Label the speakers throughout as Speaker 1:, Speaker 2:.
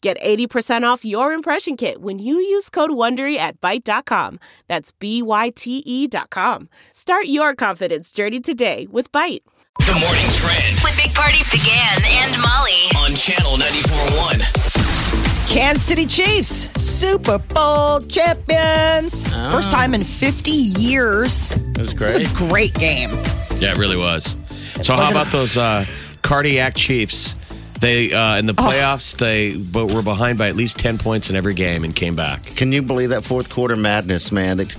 Speaker 1: Get 80% off your impression kit when you use code WONDERY at Byte.com. That's B-Y-T-E E dot com. Start your confidence journey today with Byte.
Speaker 2: The morning trend
Speaker 3: With Big Party began and Molly.
Speaker 2: on channel 94.1.
Speaker 4: Kansas City Chiefs, Super Bowl champions. First
Speaker 5: Oh.
Speaker 4: time in 50 years. It
Speaker 6: That's
Speaker 4: was
Speaker 6: great.
Speaker 4: a great game.
Speaker 6: Yeah, it really was. So how
Speaker 4: wasn't-
Speaker 6: about those uh, cardiac Chiefs? They uh, in the playoffs they but were behind by at least ten points in every game and came back.
Speaker 5: Can you believe that fourth quarter madness, man? That-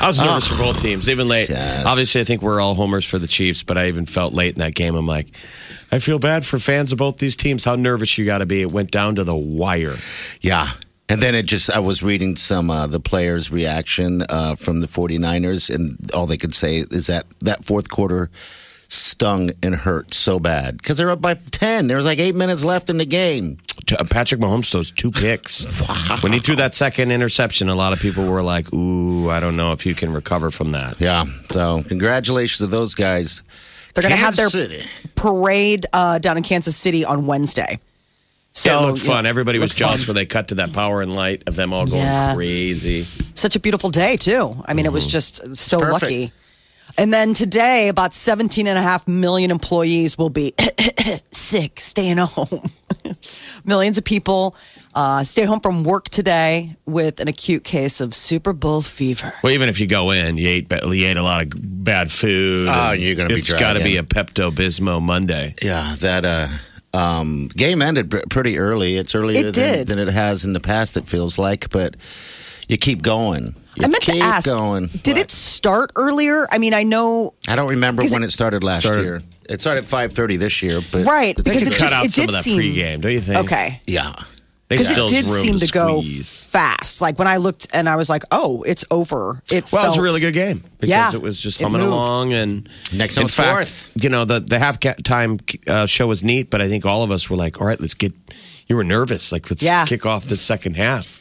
Speaker 6: I was nervous for both teams, even late.
Speaker 5: Yes.
Speaker 6: Obviously, I think we're all homers for the Chiefs, but I even felt late in that game. I'm like, I feel bad for fans of both these teams. How nervous you got to be? It went down to the wire.
Speaker 5: yeah. And then it just, I was reading some, uh, the players' reaction uh, from the 49ers, and all they could say is that that fourth quarter stung and hurt so bad because they're up by 10. There was like eight minutes left in the game.
Speaker 6: T- Patrick Mahomes throws two picks. When he threw that second interception, a lot of people were like, "Ooh, I don't know if you can recover from that."
Speaker 5: Yeah. So, congratulations to those guys.
Speaker 4: They're going to have their
Speaker 5: Kansas City.
Speaker 4: parade uh, down in Kansas City on Wednesday. So,
Speaker 6: it looked
Speaker 4: you know,
Speaker 6: fun. Everybody was
Speaker 4: looks
Speaker 6: jealous
Speaker 4: fun.
Speaker 6: when they cut to that power and light of them all going
Speaker 4: Yeah.
Speaker 6: crazy.
Speaker 4: Such a beautiful day, too. I mean, it was just so
Speaker 5: perfect.
Speaker 4: lucky. And then today, about 17 and a half million employees will be sick, staying at home. Millions of people uh, stay home from work today with an acute case of Super Bowl fever.
Speaker 6: Well, even if you go in, you ate ba- you ate a lot of bad food.
Speaker 5: Oh,
Speaker 6: and
Speaker 5: you're gonna be
Speaker 6: It's
Speaker 5: dragging.
Speaker 6: got to be a Pepto Bismol Monday.
Speaker 5: Yeah, that uh, um, game ended pr- pretty early. It's earlier than,
Speaker 4: It did.
Speaker 5: than it has in the past. It feels like, but you keep going. You
Speaker 4: I meant
Speaker 5: keep
Speaker 4: to ask,
Speaker 5: going.
Speaker 4: did it start earlier? I mean, I know,
Speaker 5: I don't remember
Speaker 4: 'Cause
Speaker 5: when
Speaker 4: it-
Speaker 5: it, started last
Speaker 6: Started-
Speaker 5: year. It started at five thirty this year, but
Speaker 4: right?
Speaker 5: but they
Speaker 4: Because
Speaker 5: could
Speaker 4: it
Speaker 6: Cut
Speaker 4: just
Speaker 6: out
Speaker 4: it
Speaker 6: some
Speaker 4: did
Speaker 6: of that
Speaker 4: seem
Speaker 6: pregame, don't you think?
Speaker 4: okay.
Speaker 5: yeah.
Speaker 6: They
Speaker 4: Because
Speaker 6: still
Speaker 4: it did
Speaker 6: room
Speaker 4: seem to, go
Speaker 6: squeeze.
Speaker 4: fast. Like when I looked and I was like, "Oh, it's over." It
Speaker 6: Well, it was a
Speaker 4: felt-
Speaker 6: really good game because
Speaker 4: Yeah,
Speaker 6: it was just
Speaker 4: it
Speaker 6: humming
Speaker 4: moved.
Speaker 6: along and
Speaker 5: Next
Speaker 6: in
Speaker 5: one's
Speaker 6: fact,
Speaker 5: fourth.
Speaker 6: You know the the halftime uh, show was neat, but I think all of us were like, "All right, let's get." You were nervous, like let's
Speaker 4: Yeah.
Speaker 6: kick off the second half.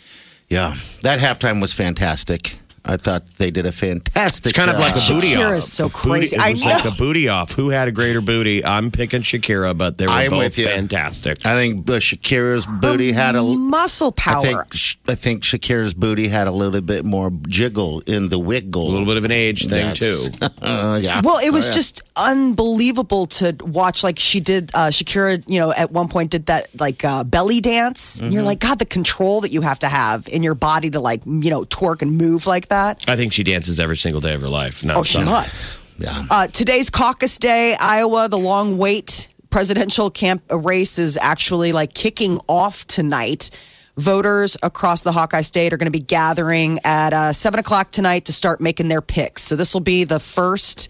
Speaker 5: Yeah, that halftime was fantastic. I thought they did a fantastic.
Speaker 6: It's kind of
Speaker 5: job.
Speaker 6: like a booty
Speaker 4: Shakira
Speaker 6: off.
Speaker 4: is so
Speaker 6: A booty-
Speaker 4: crazy.
Speaker 6: it
Speaker 4: I
Speaker 6: was
Speaker 4: know.
Speaker 6: like a booty off. Who had a greater booty? I'm picking Shakira, but they were
Speaker 5: I'm
Speaker 6: both
Speaker 5: with you.
Speaker 6: fantastic.
Speaker 5: I think uh, Shakira's booty had a.
Speaker 4: muscle
Speaker 5: I
Speaker 4: power.
Speaker 5: think sh- I think Shakira's booty had a little bit more jiggle in the wiggle.
Speaker 6: A little bit of an age thing
Speaker 5: Yes.
Speaker 6: too.
Speaker 5: Uh, yeah.
Speaker 4: well, it was
Speaker 6: Oh,
Speaker 4: just unbelievable to watch. Like she did, uh, Shakira. You know, at one point did that like uh, belly dance. And
Speaker 6: Mm-hmm.
Speaker 4: you're like, God, the control that you have to have in your body to like you know twerk and move like that.
Speaker 6: I think she dances every single day of her life.
Speaker 4: Oh, she
Speaker 6: nonstop.
Speaker 4: must.
Speaker 5: Yeah.
Speaker 4: Uh, today's caucus day, Iowa. The long wait presidential camp race is actually like kicking off tonight. Voters across the Hawkeye state are going to be gathering at uh, seven o'clock tonight to start making their picks. So this will be the first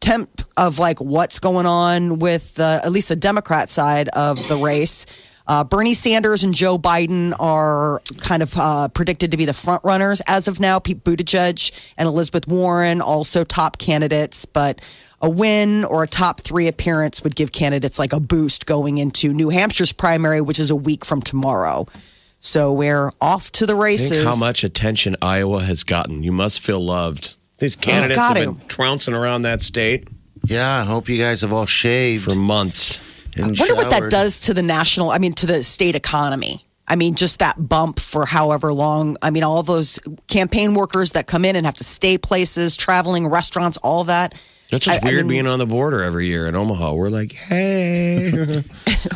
Speaker 4: temp of like what's going on with the, at least the Democrat side of the race. Uh, Bernie Sanders and Joe Biden are kind of uh, predicted to be the front runners as of now. Pete Buttigieg and Elizabeth Warren also top candidates, but a win or a top three appearance would give candidates like a boost going into New Hampshire's primary, which is a week from tomorrow. So we're off to the races.
Speaker 6: Think how much attention Iowa has gotten. You must feel loved. These candidates
Speaker 4: Oh, got
Speaker 6: have been trouncing around that state
Speaker 5: Yeah, I hope you guys have all shaved.
Speaker 6: for months.
Speaker 5: and
Speaker 4: wonder what that
Speaker 5: showered.
Speaker 4: does to the national i mean to the state economy i mean just that bump for however long i mean all those campaign workers that come in and have to stay places traveling restaurants all that
Speaker 6: That's just
Speaker 4: I- I
Speaker 6: weird
Speaker 4: mean-
Speaker 6: being on the border every year in Omaha. We're like, hey.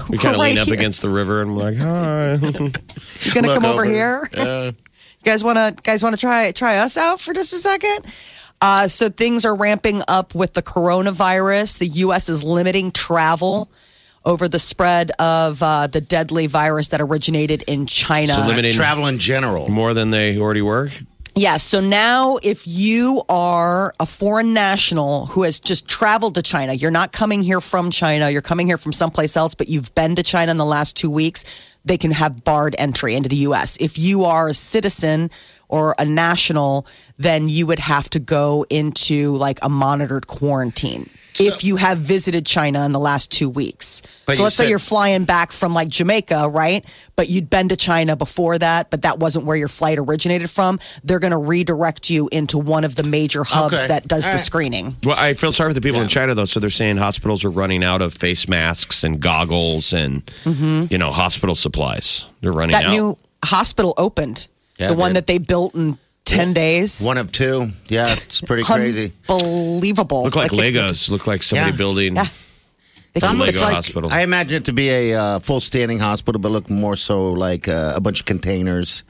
Speaker 6: we kind of
Speaker 4: right
Speaker 6: lean up
Speaker 4: here.
Speaker 6: against the river and we're like, hi.
Speaker 4: you gonna
Speaker 5: Look
Speaker 4: come
Speaker 5: over.
Speaker 4: over, here you guys want to guys want to try try us out for just a second uh, so things are ramping up with the coronavirus the us is limiting travel over the spread of uh, the deadly virus that originated in china
Speaker 6: So limiting
Speaker 5: Travel in general.
Speaker 6: more than they already work.
Speaker 4: Yes. so now if you are a foreign national who has just traveled to China, you're not coming here from China, you're coming here from someplace else, but you've been to China in the last two weeks, they can have barred entry into the U.S. If you are a citizen or a national, then you would have to go into like a monitored quarantine if you have visited China in the last two weeks.
Speaker 5: But
Speaker 4: So
Speaker 5: you
Speaker 4: let's say
Speaker 5: said-
Speaker 4: you're flying back from like Jamaica, right? But you'd been to China before that, but that wasn't where your flight originated from. They're going to redirect you into one of the major hubs
Speaker 5: Okay.
Speaker 4: that does
Speaker 5: All
Speaker 4: the
Speaker 5: right.
Speaker 4: screening.
Speaker 6: Well, I feel sorry for the people in China though. So they're saying hospitals are running out of face masks and goggles and you know hospital supplies. They're running
Speaker 4: Mm-hmm. That
Speaker 6: out.
Speaker 4: new hospital opened,
Speaker 5: Yeah,
Speaker 4: the one
Speaker 5: dude.
Speaker 4: that they built in 10 days.
Speaker 5: One of two. Yeah, it's pretty crazy.
Speaker 4: Unbelievable.
Speaker 6: look like,
Speaker 4: it-
Speaker 6: Legos. Look like somebody
Speaker 5: Yeah.
Speaker 6: building.
Speaker 4: Yeah. They
Speaker 5: It's
Speaker 4: keep-
Speaker 5: almost
Speaker 6: Lego
Speaker 5: like
Speaker 6: hospital.
Speaker 5: I imagine it to be a uh, full standing hospital, but look more so like uh, a bunch of containers.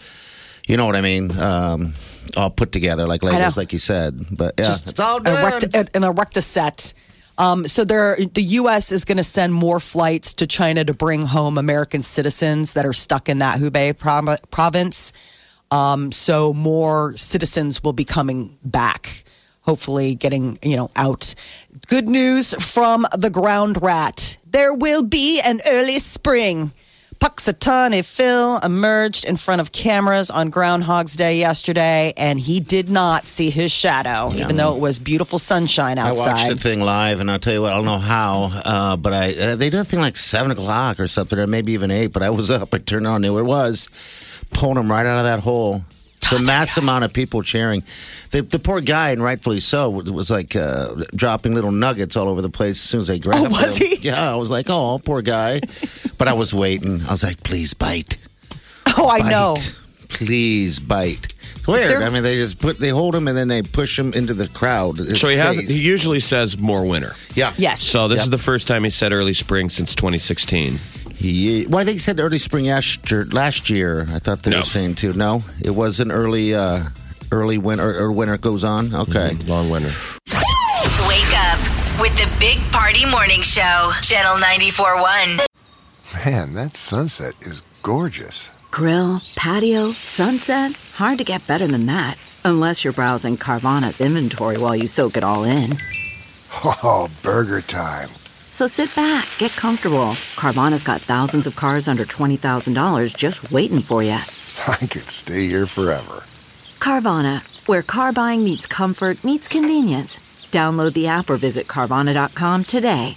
Speaker 5: You know what I mean? Um, all put together like
Speaker 4: know.
Speaker 5: Legos, like you said. But yeah,
Speaker 4: just
Speaker 5: it's all done.
Speaker 4: erect- an erectoset. Um, so there, the U.S. is going to send more flights to China to bring home American citizens that are stuck in that Hubei prov- province. Um, so more citizens will be coming back, hopefully getting you know out. Good news from the ground rat: there will be an early spring. Puxatani Phil emerged in front of cameras on Groundhog's Day yesterday, and he did not see his shadow, even though it was beautiful sunshine
Speaker 5: I watched the
Speaker 4: outside.
Speaker 5: thing live, and I'll tell you what, I don't know how, uh, but I uh, they did a thing like 7 o'clock or something, or maybe even 8, but I was up, I turned on, knew where it was, pulling him right out of that hole.
Speaker 4: Oh
Speaker 5: The mass amount of people cheering. The, the poor guy, and rightfully so, was like uh, dropping little nuggets all over the place as soon as they grabbed
Speaker 4: Oh, was
Speaker 5: him.
Speaker 4: he?
Speaker 5: Yeah, I was like, oh, poor guy. but I was waiting. I was like, please bite.
Speaker 4: Oh, I
Speaker 5: Bite.
Speaker 4: know.
Speaker 5: Please bite. It's weird.
Speaker 4: there-
Speaker 5: I mean, they just put, they hold him and then they push him into the crowd. His
Speaker 6: So he has.
Speaker 5: face.
Speaker 6: He usually says more winter.
Speaker 5: yeah.
Speaker 4: Yes.
Speaker 6: So this
Speaker 5: Yep.
Speaker 6: is the first time he said early spring since 2016.
Speaker 5: Yeah. Well, I think it said early spring last year. Last year, I thought they
Speaker 6: No.
Speaker 5: were saying too. No, it was an early, uh, early winter or winter goes on. Okay.
Speaker 6: Mm-hmm. Long winter.
Speaker 3: Wake up with the Big Party Morning Show, Channel 94.1.
Speaker 7: Man, that sunset is gorgeous.
Speaker 8: Grill, patio, sunset. Hard to get better than that. Unless you're browsing Carvana's inventory while you soak it all in.
Speaker 7: Oh, burger time.
Speaker 8: So sit back, get comfortable. Carvana's got thousands of cars under $20,000 just waiting for you.
Speaker 7: I could stay here forever.
Speaker 8: Carvana, where car buying meets comfort, meets convenience. Download the app or visit Carvana.com today.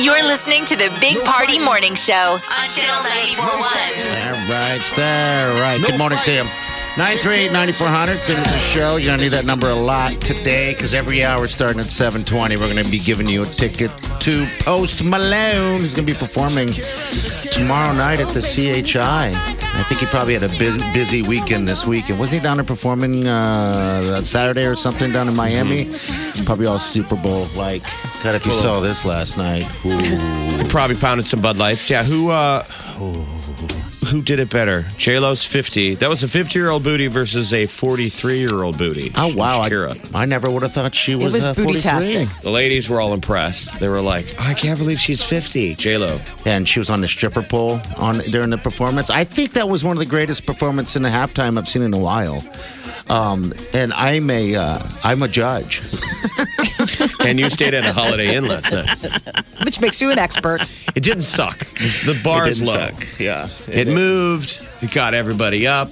Speaker 3: You're listening to the Big Party Morning Show on Channel 94.1.
Speaker 5: All right, it's there. All right. Good morning to you. 938-9400. It's into the show. You're gonna need that number a lot today because every hour starting at 720, we're gonna be giving you a ticket to Post Malone. He's gonna be performing tomorrow night at the CHI. I think he probably had a bu- busy weekend this weekend. Wasn't he down there performing uh, on Saturday or something down in Miami? Probably all Super Bowl like. God, if you saw this last night.
Speaker 6: Probably pounded some Bud Lights. Yeah, who uh who did it better? J Lo's fifty. That was a fifty year old booty versus a forty three year old booty.
Speaker 5: Oh wow! I,
Speaker 6: Shakira.
Speaker 5: I never would have thought she was.
Speaker 4: It was
Speaker 5: uh, 43.
Speaker 4: booty-tastic.
Speaker 6: The ladies were all impressed. They were like, "Oh, I can't believe she's fifty. J Lo.
Speaker 5: and she was on the stripper pole on during the performance. I think that was one of the greatest performances in a halftime I've seen in a while. Um, and I'm a uh, I'm a judge.
Speaker 6: And you stayed at a Holiday Inn last night.
Speaker 4: which makes you an expert.
Speaker 6: It didn't suck. The bar is
Speaker 5: Didn't
Speaker 6: low.
Speaker 5: suck. Yeah,
Speaker 6: It moved. It got everybody up.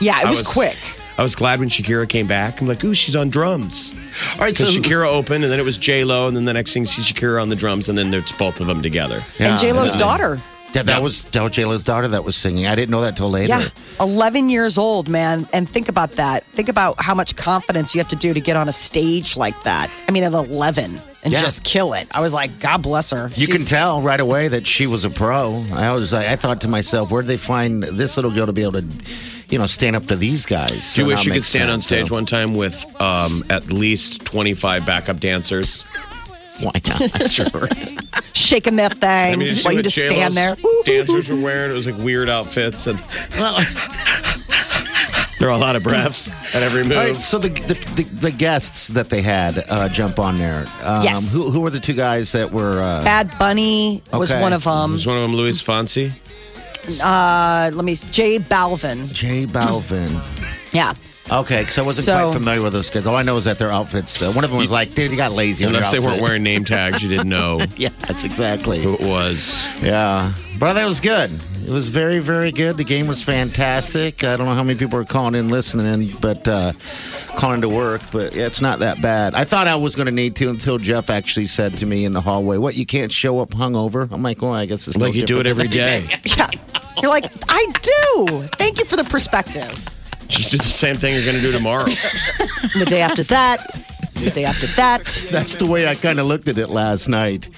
Speaker 4: Yeah, it
Speaker 6: I
Speaker 4: was,
Speaker 6: was-
Speaker 4: quick.
Speaker 6: I was glad when Shakira came back. I'm like, ooh, she's on drums.
Speaker 5: All right, so
Speaker 6: Because Shakira opened, and then it was J Lo, and then the next thing you see Shakira on the drums, and then it's both of them together.
Speaker 5: Yeah,
Speaker 4: and J Lo's
Speaker 5: yeah.
Speaker 4: daughter.
Speaker 5: Yeah, that was that was J Lo's daughter that was singing. I didn't know that till later.
Speaker 4: Yeah, 11 years old, man. And think about that. Think about how much confidence you have to do to get on a stage like that. I mean, at 11 and
Speaker 5: Yeah.
Speaker 4: just kill it. I was like, God bless her.
Speaker 5: You can
Speaker 4: She's-
Speaker 5: tell right away that she was a pro. I was I, I thought to myself, where did they find this little girl to be able to, you know, stand up to these guys?
Speaker 6: Do you
Speaker 5: So
Speaker 6: wish you
Speaker 5: now it
Speaker 6: could
Speaker 5: makes
Speaker 6: stand on
Speaker 5: sense,
Speaker 6: stage
Speaker 5: so.
Speaker 6: one time with um, at least 25 backup dancers?
Speaker 5: Why not? Sure.
Speaker 4: shaking their things
Speaker 6: I mean, you see
Speaker 4: while you
Speaker 6: what
Speaker 4: just
Speaker 6: J-Lo's
Speaker 4: stand there.
Speaker 6: Dancers were wearing it was like weird outfits, and
Speaker 5: well,
Speaker 6: they're all out of breath at every move.
Speaker 5: all right. So the the, the, the guests that they had uh, jump on there. Um,
Speaker 4: Yes.
Speaker 5: Who, who were the two guys that were? Uh,
Speaker 4: Bad Bunny was
Speaker 5: Okay.
Speaker 4: one of them.
Speaker 6: Was one of them Luis Fonsi?
Speaker 4: Uh, let me. Jay Balvin.
Speaker 5: Jay Balvin.
Speaker 4: Yeah.
Speaker 5: Okay, because I wasn't
Speaker 4: So-
Speaker 5: quite familiar with those guys. All I know is that their outfits. Uh, one of them was like, "Dude, you got lazy." on your
Speaker 6: Unless they weren't
Speaker 5: outfit."
Speaker 6: wearing name tags, you didn't know
Speaker 5: Yeah, that's exactly.
Speaker 6: who it was.
Speaker 5: Yeah, but I thought it was good. It was very, very good. The game was fantastic. I don't know how many people are calling in, listening, but uh, calling to work. But yeah, it's not that bad. I thought I was going to need to until Jeff actually said to me in the hallway, "What? You can't show up hungover?" I'm like, "Well, I guess it's no
Speaker 6: Like you do it
Speaker 5: different
Speaker 6: every day.
Speaker 4: Yeah. You're like, I do. Thank you for the perspective.
Speaker 6: Just do the same thing you're going to do tomorrow.
Speaker 4: And the day after that. The day after that.
Speaker 5: That's the way I kind of looked at it last night.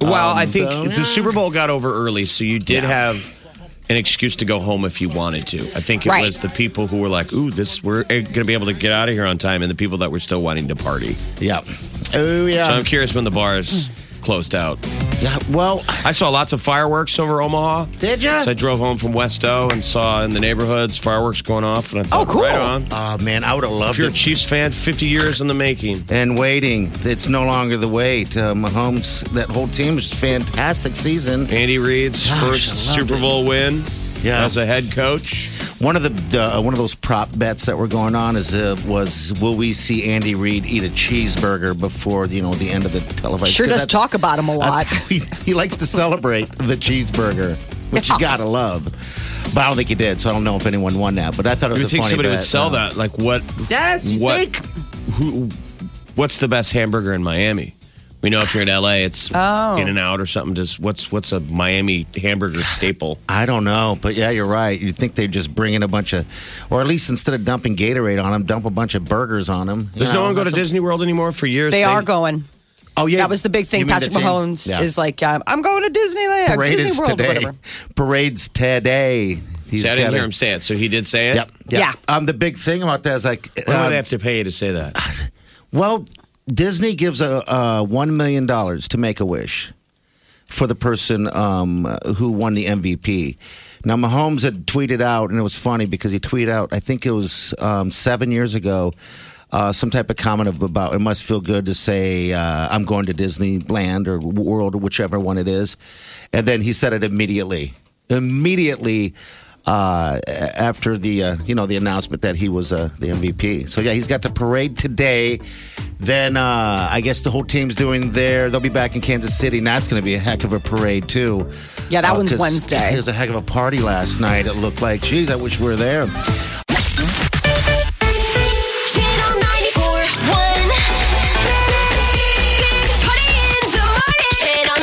Speaker 6: Well,
Speaker 5: Um,
Speaker 6: I think
Speaker 5: so,
Speaker 6: the
Speaker 5: yeah.
Speaker 6: Super Bowl got over early, so you did have an excuse to go home if you wanted to. I think it
Speaker 4: Right.
Speaker 6: was the people who were like, "Ooh, this we're going to be able to get out of here on time," and the people that were still wanting to party.
Speaker 5: Yeah.
Speaker 6: So
Speaker 5: Oh yeah.
Speaker 6: I'm curious when the bars closed out.
Speaker 5: yeah. Well,
Speaker 6: I saw lots of fireworks over Omaha.
Speaker 5: did you?
Speaker 6: So I drove home from Westo and saw in the neighborhoods fireworks going off, and I thought,
Speaker 4: Oh, cool.
Speaker 6: right on.
Speaker 5: Oh man, I would have
Speaker 6: If
Speaker 5: loved
Speaker 6: you're a
Speaker 5: it.
Speaker 6: Chiefs fan, 50 years in the making.
Speaker 5: and waiting. It's no longer the wait. Uh, Mahomes, that whole team was fantastic season.
Speaker 6: Andy Reid's
Speaker 5: Gosh, I
Speaker 6: first
Speaker 5: loved
Speaker 6: Super
Speaker 5: it.
Speaker 6: Bowl win
Speaker 5: Yeah.
Speaker 6: as a head coach.
Speaker 5: One of the uh, one of those prop bets that were going on is uh, was will we see Andy Reid eat a cheeseburger before you know the end of the television?
Speaker 4: Sure does talk about him a lot.
Speaker 5: He, he likes to celebrate the cheeseburger, which you gotta love. But I don't think he did, so I don't know if anyone won that. But I thought it was
Speaker 6: You
Speaker 5: a
Speaker 6: would think
Speaker 5: funny
Speaker 6: somebody would
Speaker 5: bet.
Speaker 6: sell
Speaker 5: Uh,
Speaker 6: that? Like what?
Speaker 5: Yes, you
Speaker 6: What-
Speaker 5: think?
Speaker 6: Who? What's the best hamburger in Miami? We know if you're in LA, it's In and Out or something. Just what's what's a Miami hamburger staple?
Speaker 5: I don't know, but yeah, you're right. You'd think they'd just bring in a bunch of, or at least instead of dumping Gatorade on them, dump a bunch of burgers on them.
Speaker 6: Does no one go to Disney World anymore for years?
Speaker 4: They are going.
Speaker 5: Oh yeah,
Speaker 4: That was the big
Speaker 5: You
Speaker 4: thing.
Speaker 5: mean the
Speaker 4: Patrick
Speaker 5: team?
Speaker 4: Mahomes
Speaker 5: Yeah.
Speaker 4: is like, um, I'm going to Disneyland, or
Speaker 5: Parade
Speaker 4: Disney
Speaker 5: is
Speaker 4: World,
Speaker 5: today.
Speaker 4: or whatever.
Speaker 5: Parades today. He's
Speaker 6: See, I didn't
Speaker 5: gotta-
Speaker 6: hear him say it, so he did say it.
Speaker 5: Yep, yep.
Speaker 4: Yeah.
Speaker 5: Um, the big thing about that is like,
Speaker 6: Why
Speaker 5: um,
Speaker 6: would they have to pay you to say that?
Speaker 5: well, Disney gives a uh, one million dollars to make a wish for the person um, who won the MVP. Now Mahomes had tweeted out, and it was funny because he tweeted out. I think it was um, seven years ago. Uh, some type of comment of, about it must feel good to say uh, I'm going to Disneyland or World or whichever one it is, and then he said it immediately, immediately uh, a- after the uh, you know the announcement that he was uh, the MVP. So yeah, he's got the parade today. Then uh, I guess the whole team's doing there. They'll be back in Kansas City. Now it's going to be a heck of a parade too.
Speaker 4: Yeah, that one's
Speaker 5: 'cause
Speaker 4: Wednesday.
Speaker 5: It was a heck of a party last night. It looked like, geez, I wish we were there.
Speaker 3: Channel 941. Big Party in the morning. Channel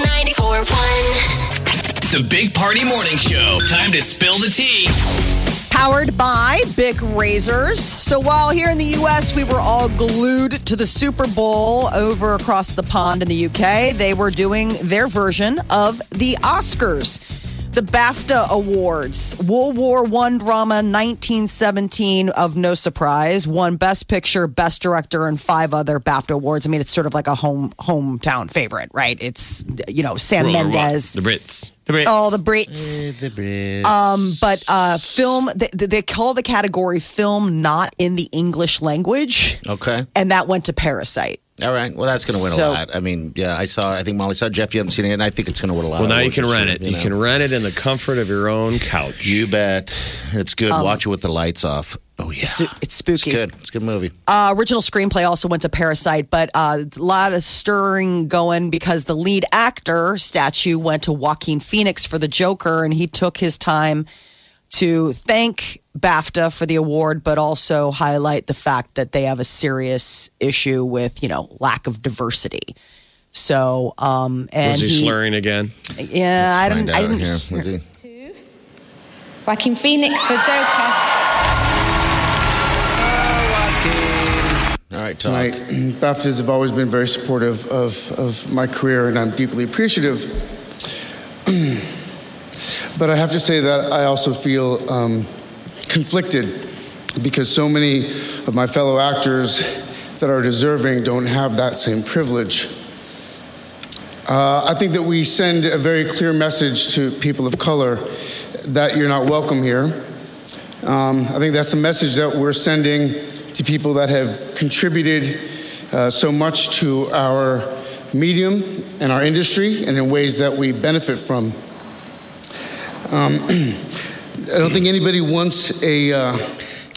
Speaker 3: 941.
Speaker 2: The Big Party Morning Show. Time to spill the tea.
Speaker 4: powered by Bic Razors. So while here in the US we were all glued to the Super Bowl over across the pond in the UK, they were doing their version of the Oscars. The BAFTA Awards, World War One drama 1917 of no surprise, won Best Picture, Best Director, and five other BAFTA awards. I mean, it's sort of like a home hometown favorite, right? It's you know Sam
Speaker 6: World War One.
Speaker 4: Mendes,
Speaker 6: the Brits, the Brits.
Speaker 4: all the Brits um, but uh, film they, they call the category film not in the English language,
Speaker 5: Okay.
Speaker 4: and that went to Parasite.
Speaker 5: All right. Well, that's going to win
Speaker 4: So-
Speaker 5: a lot. I mean, yeah, I saw. it. I think Molly saw. it. Jeff, you haven't seen it, and I think it's going to win a lot.
Speaker 6: well,
Speaker 5: of
Speaker 6: now you
Speaker 5: awards
Speaker 6: can
Speaker 5: this
Speaker 6: rent
Speaker 5: year,
Speaker 6: it. You
Speaker 5: know.
Speaker 6: can rent it in the comfort of your own couch.
Speaker 5: You bet. It's good. Watch it with the lights off. Oh yeah.
Speaker 4: Um, It's, it's spooky.
Speaker 5: It's good. It's a good movie.
Speaker 4: Uh, original screenplay also went to Parasite, but uh, a lot of stirring going because the lead actor statue went to Joaquin Phoenix for the Joker, and he took his time to thank BAFTA for the award, but also highlight the fact that they have a serious issue with you know lack of diversity. So, um, and
Speaker 6: Was he,
Speaker 4: he-
Speaker 6: slurring again?
Speaker 4: Yeah, I
Speaker 5: Find
Speaker 4: didn't. I
Speaker 5: out
Speaker 4: didn't.
Speaker 5: here. Was he-
Speaker 9: Joaquin Phoenix for Joker.
Speaker 5: All right,
Speaker 10: Tonight,
Speaker 5: Todd.
Speaker 10: BAFTAs have always been very supportive of, of my career, and I'm deeply appreciative. but I have to say that I also feel um, conflicted because so many of my fellow actors that are deserving don't have that same privilege. Uh, I think that we send a very clear message to people of color that you're not welcome here. Um, I think that's the message that we're sending to people that have contributed uh, so much to our medium and our industry and in ways that we benefit from. Um, I don't think anybody wants a, uh,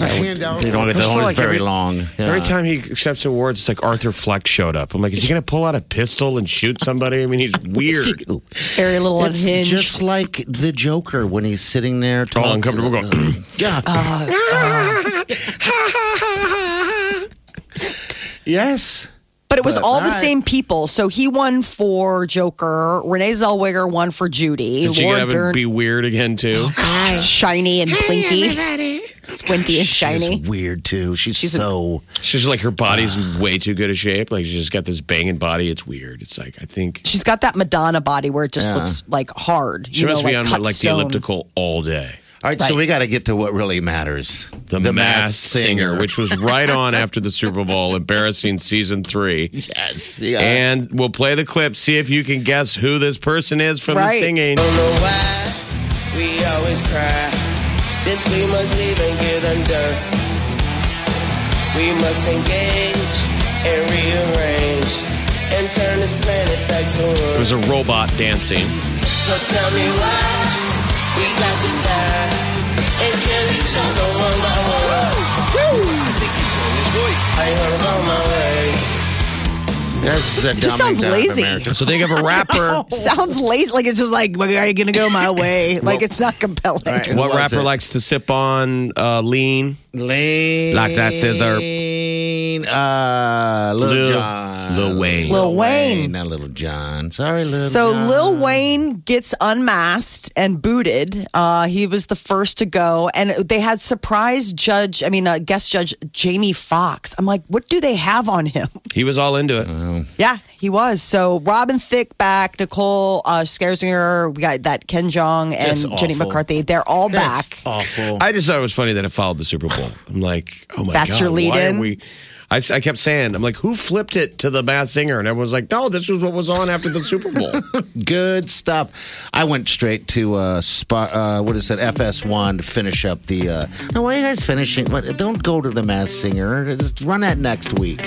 Speaker 10: a handout.
Speaker 5: They don't get the
Speaker 6: Just feel
Speaker 5: horns
Speaker 6: like
Speaker 5: very
Speaker 6: every-
Speaker 5: long.
Speaker 6: Every
Speaker 5: Yeah.
Speaker 6: time he accepts awards, it's like Arthur Fleck showed up. I'm like, is he going to pull out a pistol and shoot somebody? I mean, he's weird.
Speaker 4: Very little
Speaker 5: It's
Speaker 4: unhinged.
Speaker 5: just like the Joker when he's sitting there.
Speaker 6: All
Speaker 5: talking-
Speaker 6: uncomfortable going.
Speaker 5: Yeah.
Speaker 4: Uh,
Speaker 5: yes.
Speaker 4: But it was
Speaker 5: But-
Speaker 4: all the
Speaker 5: all right.
Speaker 4: same people. So he won for Joker. Renee Zellweger won for Judy.
Speaker 6: Did she
Speaker 4: Laura
Speaker 6: have him
Speaker 4: Dern,
Speaker 6: be weird again too?
Speaker 4: Oh, shiny and blinky, squinty and shiny.
Speaker 5: She's weird too. She's, so. Ah.
Speaker 6: She's like her body's in way too good a shape. Like she's just got this banging body. It's weird. It's like I think
Speaker 4: She's got that Madonna body where it just
Speaker 5: Yeah.
Speaker 4: looks like hard.
Speaker 6: she
Speaker 4: you
Speaker 6: must
Speaker 4: know,
Speaker 6: be
Speaker 4: like
Speaker 6: on
Speaker 4: cut
Speaker 6: like
Speaker 4: stone.
Speaker 6: the elliptical all day.
Speaker 5: all right, so we got to get to what really matters.
Speaker 6: The, Masked Singer, which was right on after the Super Bowl, embarrassing season three.
Speaker 5: yes, yeah.
Speaker 6: And we'll play the clip, see if you can guess who this person is from the
Speaker 4: Right.
Speaker 6: singing.
Speaker 11: know why we always cry. This we must leave and get undone. We must engage and rearrange and turn this planet back to
Speaker 6: It
Speaker 11: one.
Speaker 6: was a robot dancing.
Speaker 11: So tell me why we got to die and kill each other one by one. I heard about my way.
Speaker 5: That's the
Speaker 4: Just
Speaker 5: dumbing
Speaker 4: sounds
Speaker 5: down of
Speaker 4: lazy.
Speaker 5: America.
Speaker 6: So think of a rapper.
Speaker 4: Sounds lazy. Like it's just like, well, are you going to go my way? Like it's not compelling.
Speaker 5: Right. Who
Speaker 6: What
Speaker 5: was
Speaker 6: rapper
Speaker 5: it?
Speaker 6: likes to sip on uh, lean?
Speaker 5: Lane.
Speaker 6: Like that scissor.
Speaker 5: Uh, Lil,
Speaker 6: Lil-
Speaker 5: John.
Speaker 6: Lil Wayne.
Speaker 4: Lil Wayne.
Speaker 5: Not Lil John. Sorry, Lil
Speaker 4: So
Speaker 5: John.
Speaker 4: Lil Wayne gets unmasked and booted. Uh, he was the first to go, and they had surprise judge. I mean, uh, guest judge Jamie Foxx. I'm like, what do they have on him?
Speaker 6: He was all into it.
Speaker 5: Oh.
Speaker 4: yeah, he was. So Robin Thicke back, Nicole uh, Scherzinger. We got that Ken Jong and
Speaker 5: That's
Speaker 4: Jenny
Speaker 5: awful.
Speaker 4: McCarthy. They're all
Speaker 5: That's
Speaker 4: back.
Speaker 5: awful.
Speaker 6: I just thought it was funny that it followed the Super Bowl. I'm like, oh my god,
Speaker 4: That's your
Speaker 6: Why
Speaker 4: lead-in?
Speaker 6: are we? I, s- I kept saying, I'm like, who flipped it to the Masked Singer? And everyone's like, no, this was what was on after the Super Bowl.
Speaker 5: Good stuff. I went straight to uh, spot. Uh, what is it? FS1 to finish up the. Uh, now, why are you guys finishing? What, don't go to the Mass Singer. Just run that next week.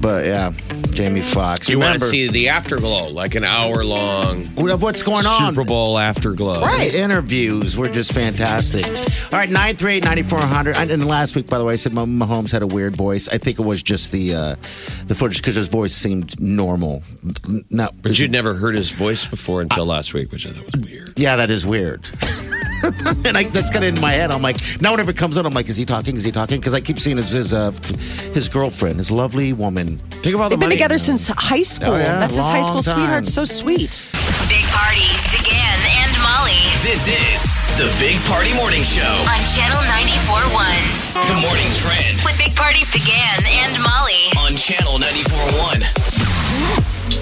Speaker 5: But yeah, Jamie Foxx.
Speaker 6: you want
Speaker 5: Remember
Speaker 6: to see the afterglow, like an hour long
Speaker 5: of what's going on?
Speaker 6: Super Bowl afterglow.
Speaker 5: Right. interviews were just fantastic. All right, 938 9400. And and last week, by the way, I said Mah- Mahomes had a weird voice. I think it was just the uh, the footage because his voice seemed normal. N- Not,
Speaker 6: But you'd never heard his voice before until last week, which I thought was weird.
Speaker 5: yeah, that is weird. and I, that's kind of in my head. I'm like, now whenever it comes out, I'm like, is he talking? Is he talking? Because I keep seeing his his, uh, f- his girlfriend, his lovely woman.
Speaker 6: Think about all the
Speaker 4: They've
Speaker 6: money.
Speaker 4: been together since high school.
Speaker 5: Oh, yeah,
Speaker 4: That's his high
Speaker 5: long
Speaker 4: school
Speaker 5: time.
Speaker 4: sweetheart. So sweet.
Speaker 3: Big Party, DeGan and Molly
Speaker 2: This is the Big Party Morning Show.
Speaker 3: on Channel 94.1.
Speaker 2: The morning trend
Speaker 3: With Big Party, DeGan and Molly.
Speaker 2: on Channel 94.1.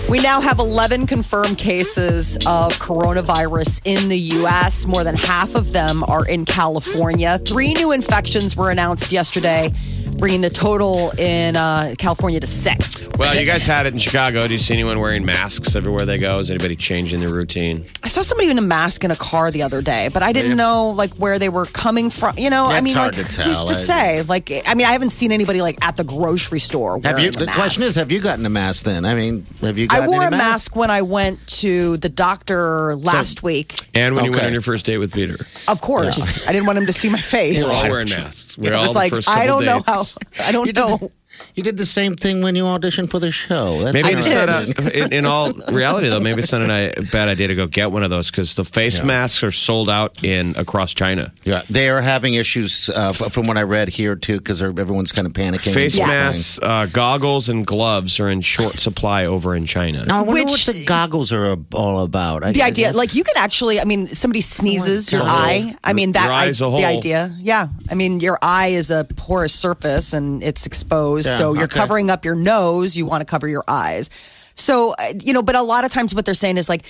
Speaker 4: We now have 11 confirmed cases of coronavirus in the U.S. More than half of them are in California. Three new infections were announced yesterday, bringing the total in uh, California to six.
Speaker 6: Well, you guys had it in Chicago. Do you see anyone wearing masks everywhere they go? Is anybody changing their routine?
Speaker 4: I saw somebody in a mask in a car the other day, but I didn't know like where they were coming from. You know, I
Speaker 5: That's
Speaker 4: mean,
Speaker 5: hard
Speaker 4: like,
Speaker 5: to
Speaker 4: who's
Speaker 5: tell.
Speaker 4: to
Speaker 5: I-
Speaker 4: say? Like, I mean, I haven't seen anybody like at the grocery store
Speaker 5: Have
Speaker 4: wearing
Speaker 5: you?
Speaker 4: a
Speaker 5: The
Speaker 4: mask.
Speaker 5: question is, have you gotten a mask? Then I mean, have you?
Speaker 4: I
Speaker 5: Gotten
Speaker 4: wore
Speaker 5: any
Speaker 4: a mask when I went to the doctor last week.
Speaker 6: And when you went
Speaker 5: Okay.
Speaker 6: on your first date with Peter,
Speaker 4: Of course, I didn't want him to see my face.
Speaker 6: we were all wearing masks. We
Speaker 4: I
Speaker 6: were all
Speaker 4: was
Speaker 6: the
Speaker 4: like,
Speaker 6: first
Speaker 4: I
Speaker 6: couple
Speaker 4: don't know how.
Speaker 6: dates.
Speaker 4: I don't
Speaker 5: You did
Speaker 4: know.
Speaker 5: the- You did the same thing when you auditioned for the show. That's
Speaker 6: Maybe it's not
Speaker 5: interesting.
Speaker 6: a, in, in all reality, though. Maybe it's not an, a bad idea to go get one of those because the face masks are sold out in across China.
Speaker 5: Yeah, they are having issues uh, f- from what I read here too, because everyone's kind of panicking.
Speaker 6: Face
Speaker 5: Yeah.
Speaker 6: masks, uh, goggles, and gloves are in short supply over in China.
Speaker 5: Now, I wonder
Speaker 4: Which-
Speaker 5: what the goggles are ab- all about. I
Speaker 4: The
Speaker 5: guess
Speaker 4: idea,
Speaker 5: it's-
Speaker 4: like you can actually, I mean, somebody sneezes, your
Speaker 5: Oh,
Speaker 4: eye. I mean, that
Speaker 6: Your
Speaker 4: I-
Speaker 6: eye's a
Speaker 4: the
Speaker 6: hole.
Speaker 4: idea. Yeah, I mean, your eye is a porous surface and it's exposed, so you're
Speaker 5: okay.
Speaker 4: covering up your nose. You want to cover your eyes. So uh, you know, but a lot of times, what they're saying is like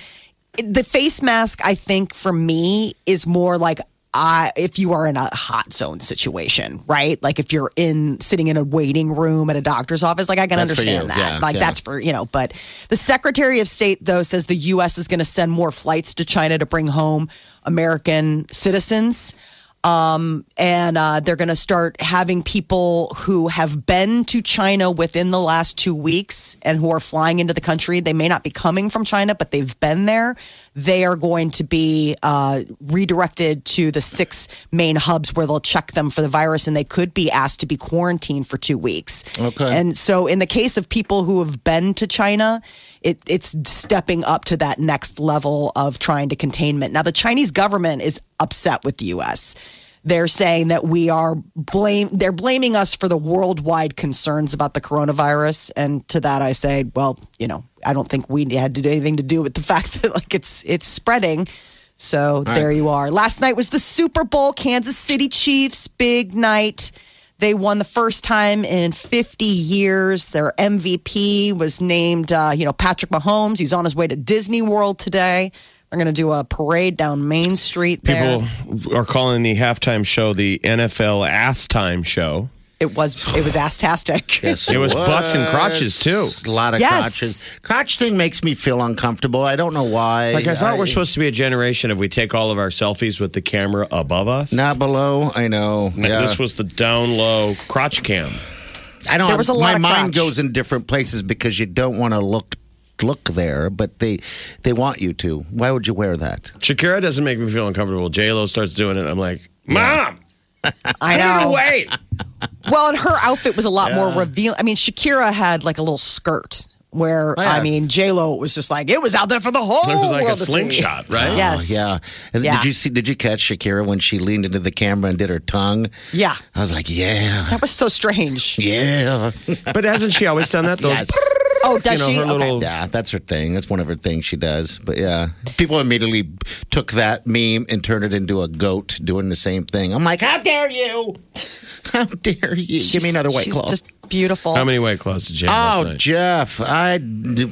Speaker 4: the face mask. I think for me is more like. I if you are in a hot zone situation, right? Like if you're in sitting in a waiting room at a doctor's office, like I can
Speaker 5: That's for
Speaker 4: understand
Speaker 5: you.
Speaker 4: that.
Speaker 5: Yeah,
Speaker 4: like
Speaker 5: yeah.
Speaker 4: that's for you know, but the Secretary of State though says the US is gonna send more flights to China to bring home American citizens. Um, and uh, they're going to start having people who have been to China within the last two weeks and who are flying into the country. They may not be coming from China, but they've been there. They are going to be uh, redirected to the six main hubs where they'll check them for the virus, and they could be asked to be quarantined for two weeks.
Speaker 5: Okay.
Speaker 4: And so, in the case of people who have been to China, it, it's stepping up to that next level of trying to containment. Now, the Chinese government is upset with the U.S. They're saying that we are blame. They're blaming us for the worldwide concerns about the coronavirus. And to that, I say, well, you know, I don't think we had to do anything to do with the fact that like it's it's spreading. So
Speaker 5: right.
Speaker 4: there you are. Last night was the Super Bowl. Kansas City Chiefs, big night. They won the first time in 50 years. Their MVP was named, uh, you know, Patrick Mahomes. He's on his way to Disney World today. They're going to do a parade down Main Street. There.
Speaker 6: People are calling the halftime show the NFL ass time show.
Speaker 4: It was it was astastic.
Speaker 5: Yes,
Speaker 6: It was butts and crotches, too.
Speaker 5: A lot of
Speaker 4: Yes.
Speaker 5: crotches. Crotch thing makes me feel uncomfortable. I don't know why.
Speaker 6: Like I thought we're supposed to be a generation if we take all of our selfies with the camera above us.
Speaker 5: Not below. I know.
Speaker 6: No,
Speaker 5: Yeah.
Speaker 6: This was the down low crotch cam.
Speaker 5: I don't.
Speaker 4: There was a lot
Speaker 5: My
Speaker 4: of
Speaker 5: mind
Speaker 4: crotch.
Speaker 5: goes in different places because you don't want to look look there, but they they want you to. Why would you wear that?
Speaker 6: Shakira doesn't make me feel uncomfortable. J Lo starts doing it. I'm like, Mom,
Speaker 4: I
Speaker 6: no
Speaker 4: know.
Speaker 6: wait.
Speaker 4: Well, and her outfit was a lot more revealing. I mean, Shakira had like a little skirt where
Speaker 5: Oh, yeah.
Speaker 4: I mean J Lo was just like it was out there for Oh, the whole.
Speaker 6: It was like a
Speaker 4: world to see.
Speaker 6: slingshot, right?
Speaker 4: Yes.
Speaker 5: Oh, yeah. And
Speaker 4: Yeah.
Speaker 5: Did you see? Did you catch Shakira when she leaned into the camera and did her tongue?
Speaker 4: Yeah.
Speaker 5: I was like, yeah,
Speaker 4: That was so strange.
Speaker 5: yeah,
Speaker 6: But hasn't she always done that? Those,
Speaker 4: Oh, does
Speaker 6: you know,
Speaker 4: she?
Speaker 6: her
Speaker 4: okay.
Speaker 6: little.
Speaker 5: yeah. That's her thing. That's one of her things she does. But yeah, people immediately took that meme and turned it into a goat doing the same thing. I'm like, how dare you? How dare you? Give me another white
Speaker 4: She's
Speaker 5: claw.
Speaker 4: just beautiful. Um,
Speaker 6: How many white claws did you have?
Speaker 5: Oh,
Speaker 6: last night?
Speaker 5: Jeff, I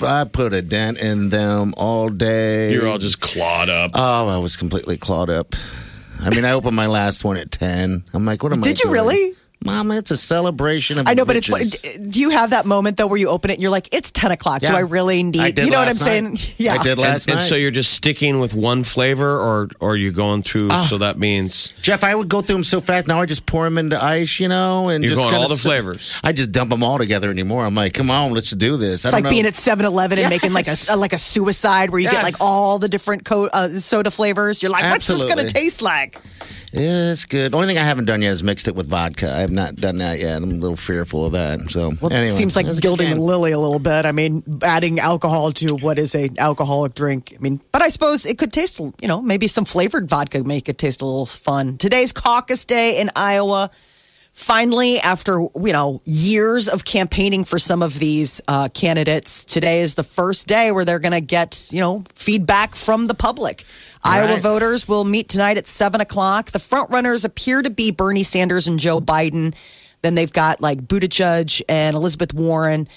Speaker 5: I put a dent in them all day.
Speaker 6: You're all just clawed up.
Speaker 5: Oh, I was completely clawed up. I mean, I opened my last one at ten. I'm like, what am I?
Speaker 4: Did you
Speaker 5: doing?
Speaker 4: really?
Speaker 5: Mama? It's a celebration of.
Speaker 4: I know, but it's.
Speaker 5: riches.
Speaker 4: Do you have that moment though where you open it and you're like, it's ten o'clock? Do
Speaker 5: Yeah.
Speaker 4: I really need?
Speaker 5: I did
Speaker 4: you know what I'm
Speaker 5: last
Speaker 4: saying?
Speaker 5: night.
Speaker 4: Yeah.
Speaker 5: I did
Speaker 6: and,
Speaker 5: last
Speaker 6: and
Speaker 5: night.
Speaker 6: so you're just sticking with one flavor, or or are you going through?
Speaker 4: Ah.
Speaker 6: so that means
Speaker 5: Jeff, I would go through them so fast. Now I just pour them into ice, you know, and
Speaker 6: You're
Speaker 5: just
Speaker 6: going
Speaker 5: kinda
Speaker 6: all the
Speaker 5: sit-
Speaker 6: flavors.
Speaker 5: I just dump them all together anymore. I'm like, come on, let's do this.
Speaker 4: It's like being at 7-Eleven and making like
Speaker 5: Yes.
Speaker 4: a like a suicide where you get
Speaker 5: Yes.
Speaker 4: like all the different co- uh, soda flavors. You're like, what's this going
Speaker 5: Absolutely.
Speaker 4: to taste like?
Speaker 5: Yeah, it's good. Only thing I haven't done yet is mixed it with vodka. I have not done that yet. I'm a little fearful of that. So
Speaker 4: Well,
Speaker 5: anyway,
Speaker 4: it seems like
Speaker 5: that's a good
Speaker 4: gilding
Speaker 5: game.
Speaker 4: Lily a little bit. I mean, adding alcohol to what is a alcoholic drink. I mean, but I suppose it could taste, you know, maybe some flavored vodka make it taste a little fun. Today's caucus day in Iowa. Finally, after you know years of campaigning for some of these uh, candidates, today is the first day where they're going to get you know feedback from the public. Iowa
Speaker 5: Right.
Speaker 4: voters will meet tonight at seven o'clock. The front runners appear to be Bernie Sanders and Joe Biden. Then they've got like Buttigieg and Elizabeth Warren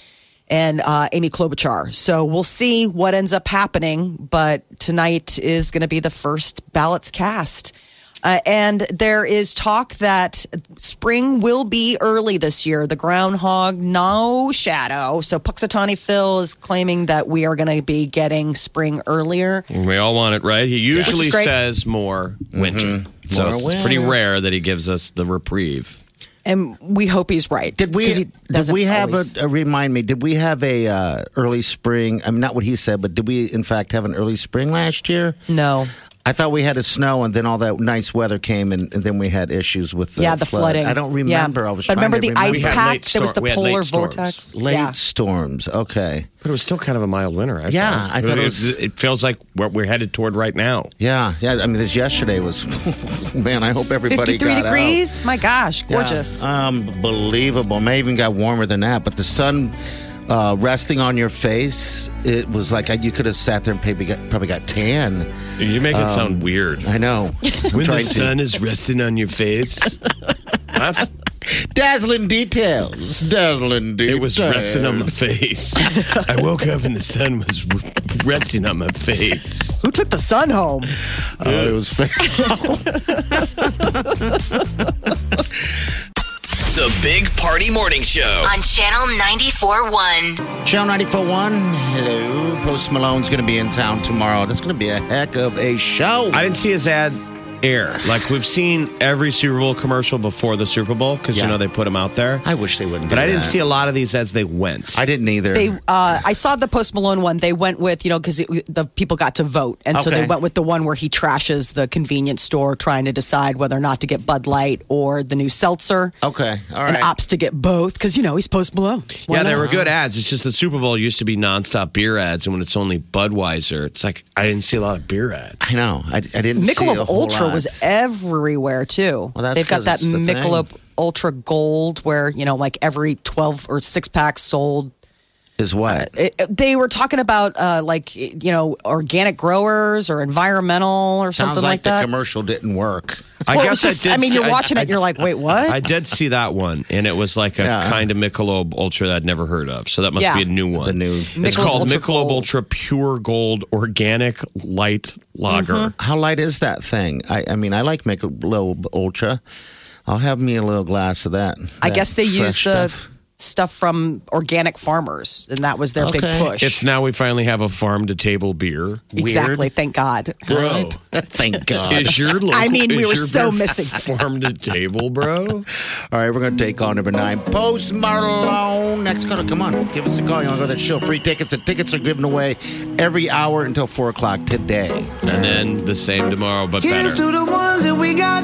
Speaker 4: and uh, Amy Klobuchar. So we'll see what ends up happening. But tonight is going to be the first ballots cast. Uh, and there is talk that spring will be early this year. The groundhog, no shadow. So Puxatani Phil is claiming that we are going to be getting spring earlier.
Speaker 6: we all want it, right? He usually
Speaker 4: Which is great.
Speaker 6: says more winter, so
Speaker 5: Mm-hmm. More
Speaker 6: it's pretty
Speaker 5: winter.
Speaker 6: rare that he gives us the reprieve.
Speaker 4: And we hope he's right.
Speaker 5: Did we?
Speaker 4: 'Cause he
Speaker 5: did
Speaker 4: doesn't
Speaker 5: we have
Speaker 4: always-
Speaker 5: a, a remind me? Did we have a uh, early spring? I mean, not what he said, but did we in fact have an early spring last year?
Speaker 4: No.
Speaker 5: I thought we had a snow, and then all that nice weather came, and, and then we had issues with the
Speaker 4: yeah, the
Speaker 5: flood.
Speaker 4: flooding.
Speaker 5: I don't remember.
Speaker 4: Yeah.
Speaker 5: I was
Speaker 4: but
Speaker 5: trying
Speaker 4: remember
Speaker 5: to
Speaker 4: the
Speaker 5: remember.
Speaker 4: ice
Speaker 6: We had
Speaker 4: pack?
Speaker 6: late
Speaker 4: There was
Speaker 6: storm-
Speaker 4: the
Speaker 6: we had
Speaker 4: polar
Speaker 6: late storms.
Speaker 4: vortex.
Speaker 5: late
Speaker 4: yeah.
Speaker 5: storms. Okay,
Speaker 6: But it was still kind of a mild winter. I
Speaker 5: Yeah,
Speaker 6: thought.
Speaker 5: I thought it was-
Speaker 6: It feels like what we're headed toward right now.
Speaker 5: yeah, yeah. I mean, this yesterday was man. I hope everybody
Speaker 4: 53
Speaker 5: got out.
Speaker 4: degrees. My gosh,
Speaker 5: Yeah.
Speaker 4: gorgeous.
Speaker 5: unbelievable. May even got warmer than that, but the sun. Uh, resting on your face, it was like I, you could have sat there and probably got, probably got tan.
Speaker 6: You make it sound weird.
Speaker 5: Um, I know. I'm trying to-
Speaker 6: is resting on your face, That's-
Speaker 5: Um, Dazzling details. Dazzling details.
Speaker 6: it was resting on my face. I woke up and the sun was resin on my face.
Speaker 4: Who took the sun home?
Speaker 5: Oh, it was
Speaker 2: The Big Party Morning Show.
Speaker 3: on Channel 94.1.
Speaker 5: Channel 94.1, hello. Post Malone's going to be in town tomorrow. That's going to be a heck of a show.
Speaker 6: I didn't see his ad air. Like we've seen every Super Bowl commercial before the Super Bowl because you
Speaker 5: Yeah.
Speaker 6: know they put him out there.
Speaker 5: I wish they wouldn't.
Speaker 6: But
Speaker 5: do
Speaker 6: I didn't
Speaker 5: that.
Speaker 6: see a lot of these as they went.
Speaker 5: I didn't either.
Speaker 4: They, uh, I saw the Post Malone one. They went with you know because the people got to vote, and so they
Speaker 5: Okay.
Speaker 4: went with the one where he trashes the convenience store trying to decide whether or not to get Bud Light or the new seltzer,
Speaker 5: okay, all
Speaker 4: and
Speaker 5: right.
Speaker 4: opts to get both because you know he's Post Malone. Why
Speaker 6: yeah, they
Speaker 4: not?
Speaker 6: were good ads. It's just the Super Bowl used to be nonstop beer ads, and when it's only Budweiser, it's like I didn't see a lot of beer ads.
Speaker 5: I know. I, I didn't see a
Speaker 4: Michelob
Speaker 5: whole
Speaker 4: Ultra
Speaker 5: lot.
Speaker 4: was everywhere too.
Speaker 5: Well, that's
Speaker 4: They've got
Speaker 5: 'cause
Speaker 4: that
Speaker 5: it's the thing.
Speaker 4: Michelob Ultra Gold, where you know, like every twelve or six packs sold. Uh,
Speaker 5: Is what?
Speaker 4: It, it- they were talking about uh, like you know organic growers or environmental or
Speaker 5: Sounds
Speaker 4: something
Speaker 5: like,
Speaker 4: like,
Speaker 5: the
Speaker 4: that.
Speaker 5: commercial didn't work.
Speaker 6: I
Speaker 4: well, it
Speaker 6: guess
Speaker 4: was just,
Speaker 6: I
Speaker 4: I,
Speaker 6: did.
Speaker 4: mean,
Speaker 6: see-
Speaker 4: you're
Speaker 6: I-
Speaker 4: watching it, and you're like, wait, what?
Speaker 6: I did see that one, and it was like a
Speaker 5: Yeah.
Speaker 6: kind of Michelob Ultra that I'd never heard of. So that must
Speaker 4: Yeah.
Speaker 6: be a new one.
Speaker 5: The new.
Speaker 6: It's
Speaker 4: Michelob
Speaker 6: called
Speaker 4: Ultra
Speaker 6: Michelob
Speaker 4: Gold.
Speaker 6: Ultra Pure Gold Organic Light Lager.
Speaker 4: Mm-hmm.
Speaker 5: Mm-hmm. How light is that thing? I, I mean, I like Michelob Ultra. I'll have me a little glass of that.
Speaker 4: I
Speaker 5: that
Speaker 4: guess they
Speaker 5: fresh
Speaker 4: used the
Speaker 5: stuff.
Speaker 4: stuff. from organic farmers, and that was their
Speaker 5: Okay.
Speaker 4: big push.
Speaker 6: It's now we finally have a farm to table beer.
Speaker 4: exactly. Thank God.
Speaker 6: Bro,
Speaker 5: Thank God.
Speaker 6: is your local,
Speaker 4: I mean, we
Speaker 6: is
Speaker 4: were
Speaker 6: your
Speaker 4: so
Speaker 6: beer
Speaker 4: missing that.
Speaker 6: farm to table, bro.
Speaker 5: All right, we're going to take on number nine. Post Malone. Next caller, come on. Give us a call. You want to go to that show? Free tickets. The tickets are given away every hour until 4 o'clock today.
Speaker 6: And then the same tomorrow, but
Speaker 11: Here's
Speaker 6: better.
Speaker 11: to the ones that we got.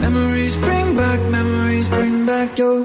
Speaker 11: Memories bring back, memories bring back your.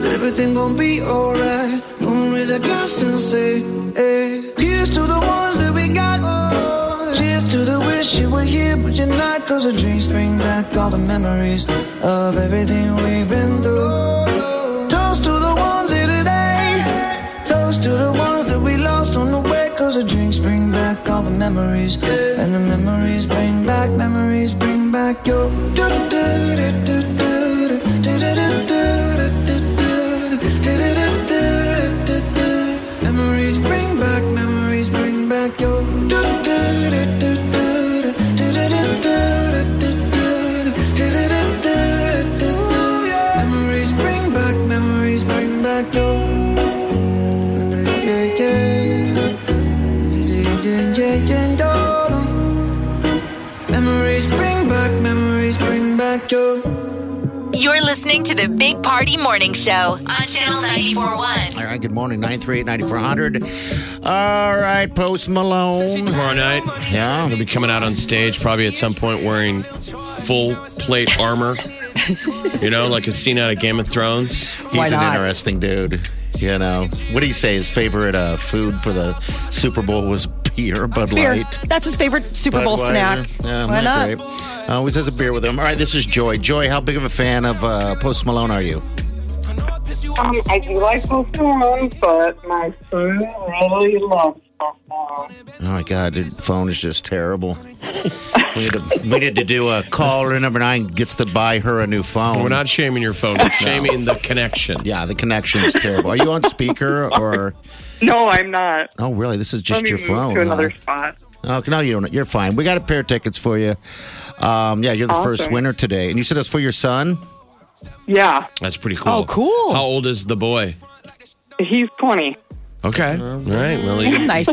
Speaker 11: But everything gon' be alright. Gonna raise a glass and say, hey. Here's to the ones that we got. Oh, cheers to the wish you were here, but you're not. Cause the drinks bring back all the memories of everything we've been through. Toast to the ones here today. Toast to the ones that we lost on the way. Cause the drinks bring back all the memories. And the memories bring back, memories bring back your. Memories bring back, memories bring back your. Memories bring back, memories bring back your. Memories bring back, memories bring back your.
Speaker 3: You're listening to the Big Party Morning Show on Channel 94.1.
Speaker 5: All right, good morning. 938 9400. All right, Post Malone.
Speaker 6: Tomorrow night,
Speaker 5: Yeah.
Speaker 6: he'll be coming out on stage probably at some point wearing full plate armor. you know, like a scene out of Game of Thrones.
Speaker 5: He's an
Speaker 4: not?
Speaker 5: interesting dude. You know, what do you say? His favorite uh, food for the Super Bowl was beer, Bud
Speaker 4: Beer.
Speaker 5: Light.
Speaker 4: That's his favorite Super Bowl
Speaker 5: Budweiser.
Speaker 4: snack.
Speaker 5: Yeah,
Speaker 4: Why not?
Speaker 5: Great. Uh, always has a beer with him. All right, this is Joy. Joy, how big of a fan of uh, Post Malone are you?
Speaker 12: Um, I do like Post Malone, but my son really loves Post Malone.
Speaker 5: Oh my God, the phone is just terrible. we, need to, we need to do a caller number nine gets to buy her a new phone.
Speaker 6: We're not shaming your phone. We're shaming the connection.
Speaker 5: Yeah, the connection is terrible. Are you on speaker or?
Speaker 12: No, I'm not.
Speaker 5: Oh, really? This is just
Speaker 12: Let me
Speaker 5: your
Speaker 12: move
Speaker 5: phone.
Speaker 12: to
Speaker 5: huh?
Speaker 12: another spot.
Speaker 5: Okay, no, you don't. You're fine. We got a pair of tickets for you. Um, yeah, you're the first
Speaker 12: Awesome.
Speaker 5: winner today, and you said it's for your son.
Speaker 12: Yeah,
Speaker 6: That's pretty cool. Oh,
Speaker 4: cool.
Speaker 6: How old is the boy?
Speaker 12: he's 20.
Speaker 6: Okay. All right. Well,
Speaker 4: It's a
Speaker 6: you-
Speaker 4: nice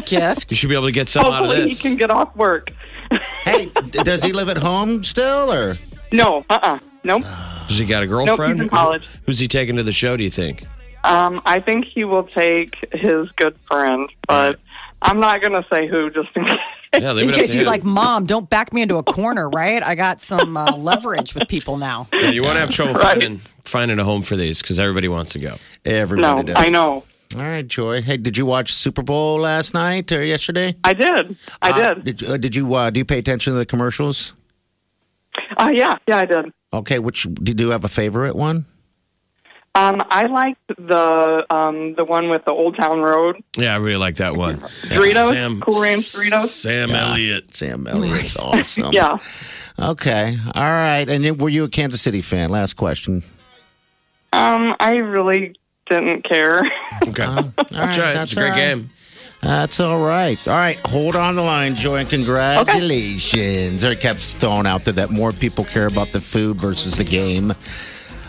Speaker 4: gift.
Speaker 6: You should be able to get some out of
Speaker 12: Hopefully, he
Speaker 6: this.
Speaker 12: can get off work.
Speaker 5: hey, d- does he live at home still, or
Speaker 12: No, uh, uh nope.
Speaker 6: Has he got a girlfriend?
Speaker 12: in college.
Speaker 6: Who- Who's he taking to the show? Do you think?
Speaker 12: Um, I think he will take his good friend, but I'm not going to say who just in case.
Speaker 6: Yeah,
Speaker 4: In case he's like, Mom, don't back me into a corner, right? I got some uh, leverage with people now.
Speaker 6: Yeah, you won't have trouble
Speaker 12: Right.
Speaker 6: finding finding a home for these because everybody wants to go.
Speaker 5: everybody?
Speaker 12: No,
Speaker 5: does?
Speaker 12: I know.
Speaker 5: All right, Joy. Hey, did you watch Super Bowl last night or yesterday?
Speaker 12: I did. I
Speaker 5: Uh,
Speaker 12: did.
Speaker 5: Did, uh, did you uh, do you pay attention to the commercials?
Speaker 12: Uh, yeah, yeah, I did.
Speaker 5: Okay, which did you have a favorite one?
Speaker 12: Um, I liked the um, the one with the Old Town Road.
Speaker 6: Yeah, I really like that one.
Speaker 12: Doritos? Cool Ranch Doritos?
Speaker 6: Sam
Speaker 5: Yeah.
Speaker 6: Elliott.
Speaker 5: Sam Elliott's awesome.
Speaker 12: Yeah.
Speaker 5: Okay. All right. And then were you a Kansas City fan? Last question.
Speaker 12: Um, I really didn't care.
Speaker 6: Okay.
Speaker 4: Oh.
Speaker 5: All right,
Speaker 6: That's right. It's a great
Speaker 5: all right.
Speaker 6: game.
Speaker 5: That's all right. All right, hold on the line, Joy, and congratulations. They kept throwing out there that more people care about the food versus the game,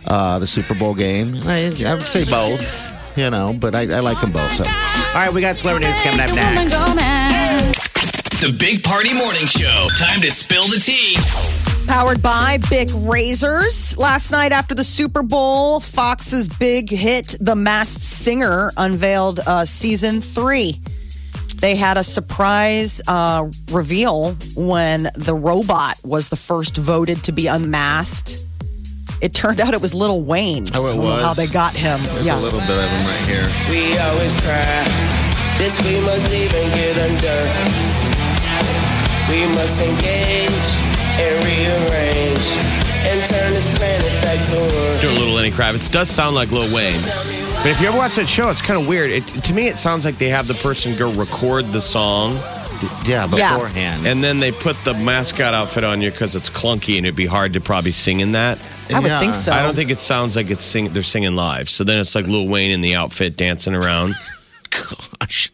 Speaker 5: uh, the Super Bowl game. I, I would say both, you know, but I, I like them both. So. All right, we got celebrity news coming up next.
Speaker 2: The Big Party Morning Show. Time to spill the tea.
Speaker 4: Powered by Bic Razors. Last night after the Super Bowl, Fox's big hit, The Masked Singer, unveiled uh, season three. They had a surprise uh, reveal when the robot was the first voted to be unmasked. It turned out it was Little Wayne.
Speaker 5: Oh, it
Speaker 4: I don't know
Speaker 5: was?
Speaker 4: How they got him. yeah.
Speaker 5: little bit of them right here.
Speaker 11: We always cry. This we must leave and get undone. We must engage and rearrange and turn this planet back to one.
Speaker 6: Do a little Lenny Kravitz. Does sound like Lil Wayne. But if you ever watch that show, it's kind of weird. It, to me, it sounds like they have the person go record the song,
Speaker 5: Yeah,
Speaker 4: Yeah.
Speaker 5: beforehand.
Speaker 6: and then they put the mascot outfit on you because it's clunky and it'd be hard to probably sing in that.
Speaker 4: I would
Speaker 5: Yeah.
Speaker 4: think so.
Speaker 6: I don't think it sounds like it's sing. They're singing live, so then it's like Lil Wayne in the outfit dancing around.
Speaker 5: Gosh.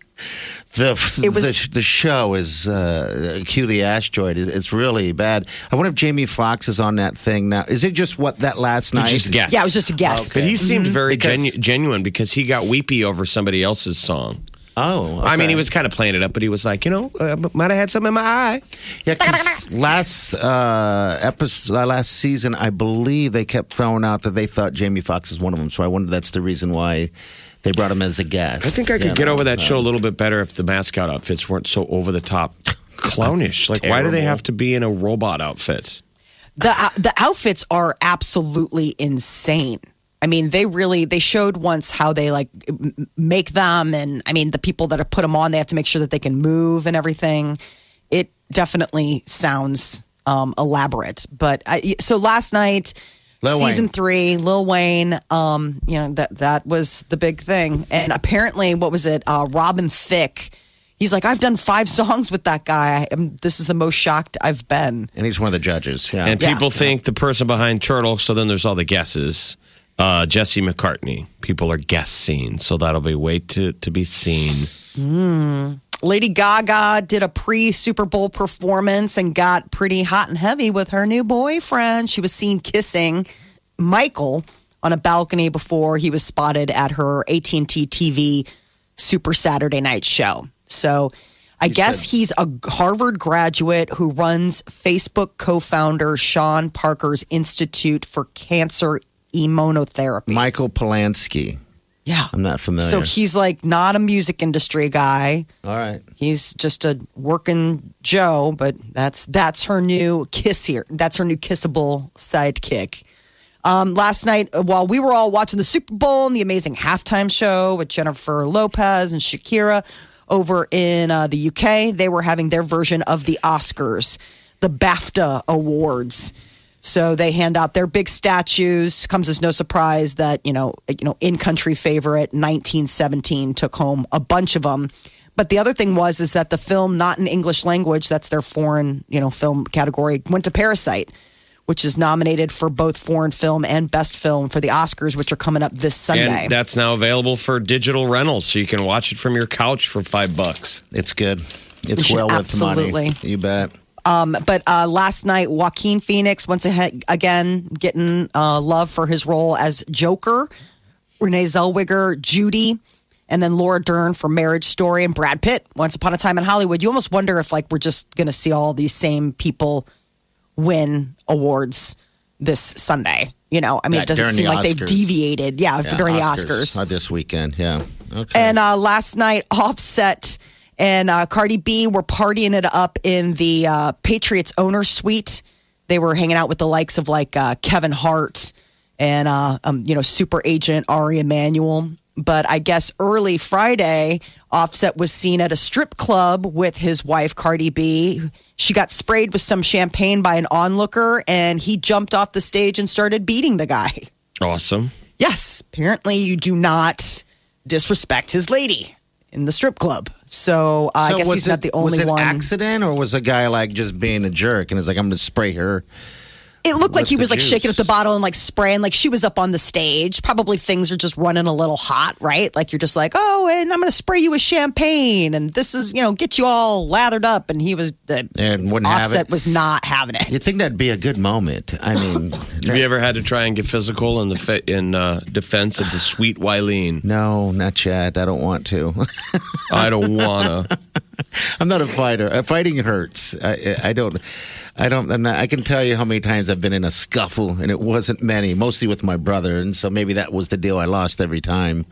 Speaker 5: The,
Speaker 4: It was-
Speaker 5: the, the show is uh, cue the asteroid. It- It's really bad. I wonder if Jamie Foxx is on that thing now. Is it just what that last night? Mm-hmm.
Speaker 6: just guess.
Speaker 4: yeah, it was just a guess.
Speaker 6: But Oh, he seemed very
Speaker 5: Because-
Speaker 6: genu- genuine because he got weepy over somebody else's song.
Speaker 5: Oh,
Speaker 6: I mean,
Speaker 5: okay.
Speaker 6: he was kind of playing it up, but he was like, you know, uh, might have had something in my eye.
Speaker 5: Yeah, 'cause last uh, episode, uh, last season, I believe they kept throwing out that they thought Jamie Foxx is one of them. So I wonder if that's the reason why they brought him as a guest.
Speaker 6: I think I could
Speaker 5: You
Speaker 6: get
Speaker 5: know,
Speaker 6: over that
Speaker 5: uh,
Speaker 6: show a little bit better if the mascot outfits weren't so over the top clownish. Like, why do they
Speaker 5: Terrible.
Speaker 6: have to be in a robot outfit?
Speaker 4: the uh, the outfits are absolutely insane. I mean, they really they showed once how they like m- m- make them, and I mean the people that have put them on, they have to make sure that they can move and everything. It definitely sounds um, elaborate, but I, so last night.
Speaker 5: Lil
Speaker 4: season
Speaker 5: Wayne.
Speaker 4: three, Lil Wayne, um, you know that that was the big thing, and apparently, what was it? Uh, Robin Thicke, he's like, I've done five songs with that guy. I am, this is the most shocked I've been.
Speaker 5: And he's one of the judges. Yeah.
Speaker 6: And
Speaker 4: Yeah.
Speaker 6: people think the person behind Turtle, so then there's all the guesses. Uh, Jesse McCartney. People are guessing, so that'll be wait to, to be seen.
Speaker 4: Hmm. Lady Gaga did a pre Super Bowl performance and got pretty hot and heavy with her new boyfriend. She was seen kissing Michael on a balcony before he was spotted at her AT&T TV Super Saturday Night show. So I guess he's a Harvard graduate who runs Facebook co-founder Sean Parker's Institute for Cancer Immunotherapy.
Speaker 5: Michael Polanski.
Speaker 4: yeah.
Speaker 5: I'm not familiar.
Speaker 4: So he's like not a music industry guy.
Speaker 5: All right.
Speaker 4: He's just a working Joe, but that's that's her new kiss here. That's her new kissable sidekick. Um, last night, uh, while we were all watching the Super Bowl and the amazing halftime show with Jennifer Lopez and Shakira over in uh, the UK, they were having their version of the Oscars, the BAFTA Awards. So they hand out their big statues. Comes as no surprise that you know, you know, in country favorite 1917 took home a bunch of them. But the other thing was is that the film, not in English language, that's their foreign you know film category, went to Parasite, which is nominated for both foreign film and best film for the Oscars, which are coming up this Sunday.
Speaker 6: And that's now available for digital rental, so you can watch it from your couch for five bucks.
Speaker 5: It's good.
Speaker 4: It's You should well worth the money. absolutely.
Speaker 5: You bet.
Speaker 4: Um, but uh, last night, Joaquin Phoenix once ahead, again getting uh, love for his role as Joker, Renee Zellweger, Judy, and then Laura Dern for Marriage Story, and Brad Pitt. Once upon a time in Hollywood, you almost wonder if like we're just going to see all these same people win awards this Sunday. You know, I mean,
Speaker 5: Yeah,
Speaker 4: it doesn't
Speaker 5: during
Speaker 4: seem
Speaker 5: the
Speaker 4: like they've
Speaker 5: Oscars.
Speaker 4: deviated. Yeah, during the Oscars.
Speaker 5: Not this weekend. Yeah. Okay.
Speaker 4: And uh, last night, Offset and uh, Cardi B were partying it up in the uh, Patriots owner suite. They were hanging out with the likes of like uh, Kevin Hart and uh, um, you know super agent Ari Emanuel. But I guess early Friday, Offset was seen at a strip club with his wife Cardi B. She got sprayed with some champagne by an onlooker, and he jumped off the stage and started beating the guy.
Speaker 6: Awesome.
Speaker 4: Yes, apparently you do not disrespect his lady in the strip club. So, uh, I guess he's not the
Speaker 5: was
Speaker 4: only
Speaker 5: it
Speaker 4: one.
Speaker 5: accident or was a guy like just being a jerk and it's like I'm gonna spray her?
Speaker 4: it looked like
Speaker 5: with
Speaker 4: he
Speaker 5: the
Speaker 4: was like
Speaker 5: juice?
Speaker 4: shaking up the bottle and like spraying. Like she was up on the stage. Probably things are just running a little hot, right? Like you're just like, oh, and I'm going to spray you with champagne, and this is you know get you all lathered up. And he was the
Speaker 5: And wouldn't have
Speaker 4: offset
Speaker 5: it.
Speaker 4: was not having it.
Speaker 5: You'd think that'd be a good moment. I mean,
Speaker 6: Have you ever had to try and get physical in the fa- in uh, defense of the sweet Wileen?
Speaker 5: no, not yet. I don't want to.
Speaker 6: I don't wanna.
Speaker 5: I'm not a fighter. Uh, fighting hurts. I, I, I don't. I don't. I'm not, I can tell you how many times I've been in a scuffle, and it wasn't many. Mostly with my brother, and so maybe that was the deal. I lost every time.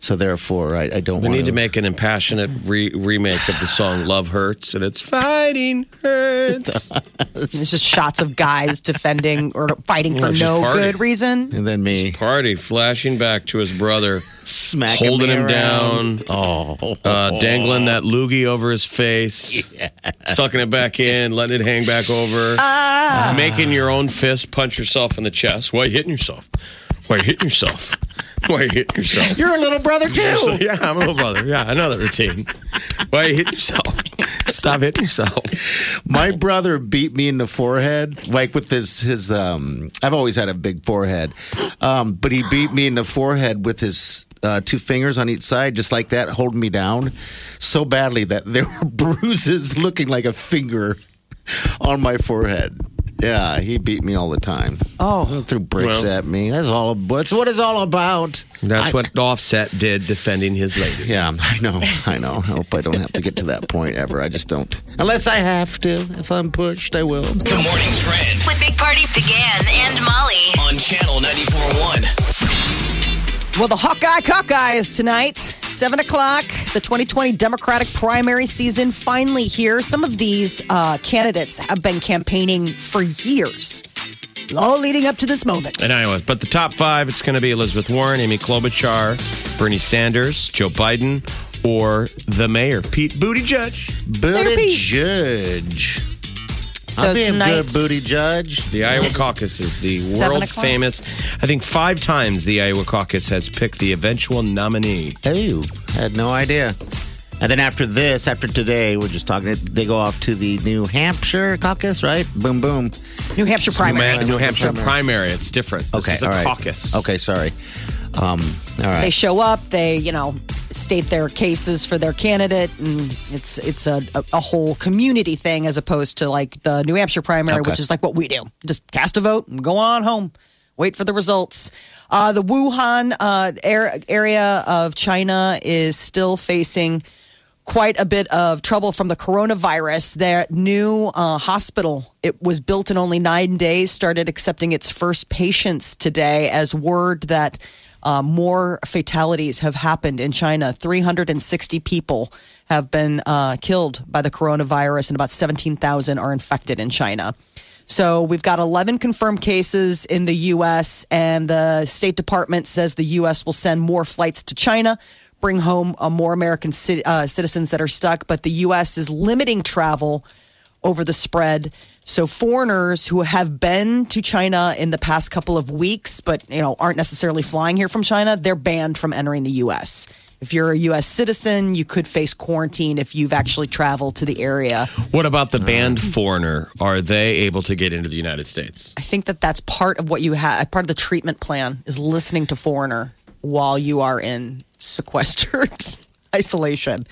Speaker 5: So therefore, I, I don't.
Speaker 6: We
Speaker 5: want
Speaker 6: need to make an impassionate re- remake of the song "Love Hurts," and it's fighting hurts.
Speaker 4: It's just shots of guys defending or fighting for
Speaker 6: It's just
Speaker 4: no
Speaker 6: party.
Speaker 4: good reason.
Speaker 5: And then me.
Speaker 6: party flashing back to his brother,
Speaker 5: Smacking
Speaker 6: holding
Speaker 5: me
Speaker 6: him
Speaker 5: around.
Speaker 6: down, uh, dangling that loogie over his face, sucking it back in, letting it hang back over,
Speaker 5: Ah.
Speaker 6: making your own fist punch yourself in the chest. Why are you hitting yourself? Why are you hitting yourself? Why are you hitting yourself?
Speaker 5: You're a little brother
Speaker 6: So, yeah, I'm a little brother. Yeah, I know that routine. Why are you hitting yourself? Stop hitting yourself.
Speaker 5: My brother beat me in the forehead, like with his his. Um, I've always had a big forehead, um, but he beat me in the forehead with his uh, two fingers on each side, just like that, holding me down so badly that there were bruises looking like a finger on my forehead. Yeah, he beat me all the time.
Speaker 4: Oh,
Speaker 5: threw bricks
Speaker 6: Well.
Speaker 5: at me. That's all. That's what it's all about.
Speaker 6: That's
Speaker 5: I-
Speaker 6: what Offset did defending his lady.
Speaker 5: Yeah, I know. I know. I hope I don't have to get to that point ever. I just don't. Unless I have to. If I'm pushed, I will.
Speaker 3: With Big Party began and Molly.
Speaker 2: On Channel 94.1.
Speaker 4: Well, the Hawkeye Cockeye is tonight, 7 o'clock. The 2020 Democratic primary season finally here. Some of these uh, candidates have been campaigning for years, all leading up to this moment.
Speaker 6: In Iowa. But the top five, it's going to be Elizabeth Warren, Amy Klobuchar, Bernie Sanders, Joe Biden, or the mayor, Pete Buttigieg.
Speaker 5: Booty Judge.
Speaker 4: So
Speaker 5: I'll be a
Speaker 4: tonight-
Speaker 5: good booty judge.
Speaker 6: The Iowa caucus is the
Speaker 4: Seven
Speaker 6: world
Speaker 4: o'clock.
Speaker 6: famous. I think five times the Iowa caucus has picked the eventual nominee.
Speaker 5: Oh, I had no idea. And then after this, after today, we're just talking. They go off to the New Hampshire caucus, right? Boom, boom.
Speaker 4: New Hampshire
Speaker 6: New,
Speaker 4: primary.
Speaker 6: Ma- New Hampshire
Speaker 5: Summer.
Speaker 6: primary. It's different. This
Speaker 5: okay,
Speaker 6: is a
Speaker 5: all right.
Speaker 6: caucus.
Speaker 5: Okay, sorry. Um, all
Speaker 4: They
Speaker 5: right.
Speaker 4: show up, they, you know, state their cases for their candidate, and it's it's a, a, a whole community thing as opposed to like the New Hampshire primary,
Speaker 5: Okay.
Speaker 4: which is like what we do. Just cast a vote and go on home. Wait for the results. Uh, the Wuhan uh, air, area of China is still facing quite a bit of trouble from the coronavirus. Their new uh, hospital, it was built in only nine days, started accepting its first patients today as word that uh, more fatalities have happened in China. 360 people have been uh, killed by the coronavirus, and about 17,000 are infected in China. So we've got 11 confirmed cases in the U.S., and the State Department says the U.S. will send more flights to China, bring home uh, more American cit- uh, citizens that are stuck. But the U.S. is limiting travel over the spread. So foreigners who have been to China in the past couple of weeks, but you know aren't necessarily flying here from China, they're banned from entering the U.S. If you're a U.S. citizen, you could face quarantine if you've actually traveled to the area.
Speaker 6: What about the banned foreigner? Are they able to get into the United States?
Speaker 4: I think that that's part of what you have. Part of the treatment plan is listening to foreigner while you are in sequestered isolation.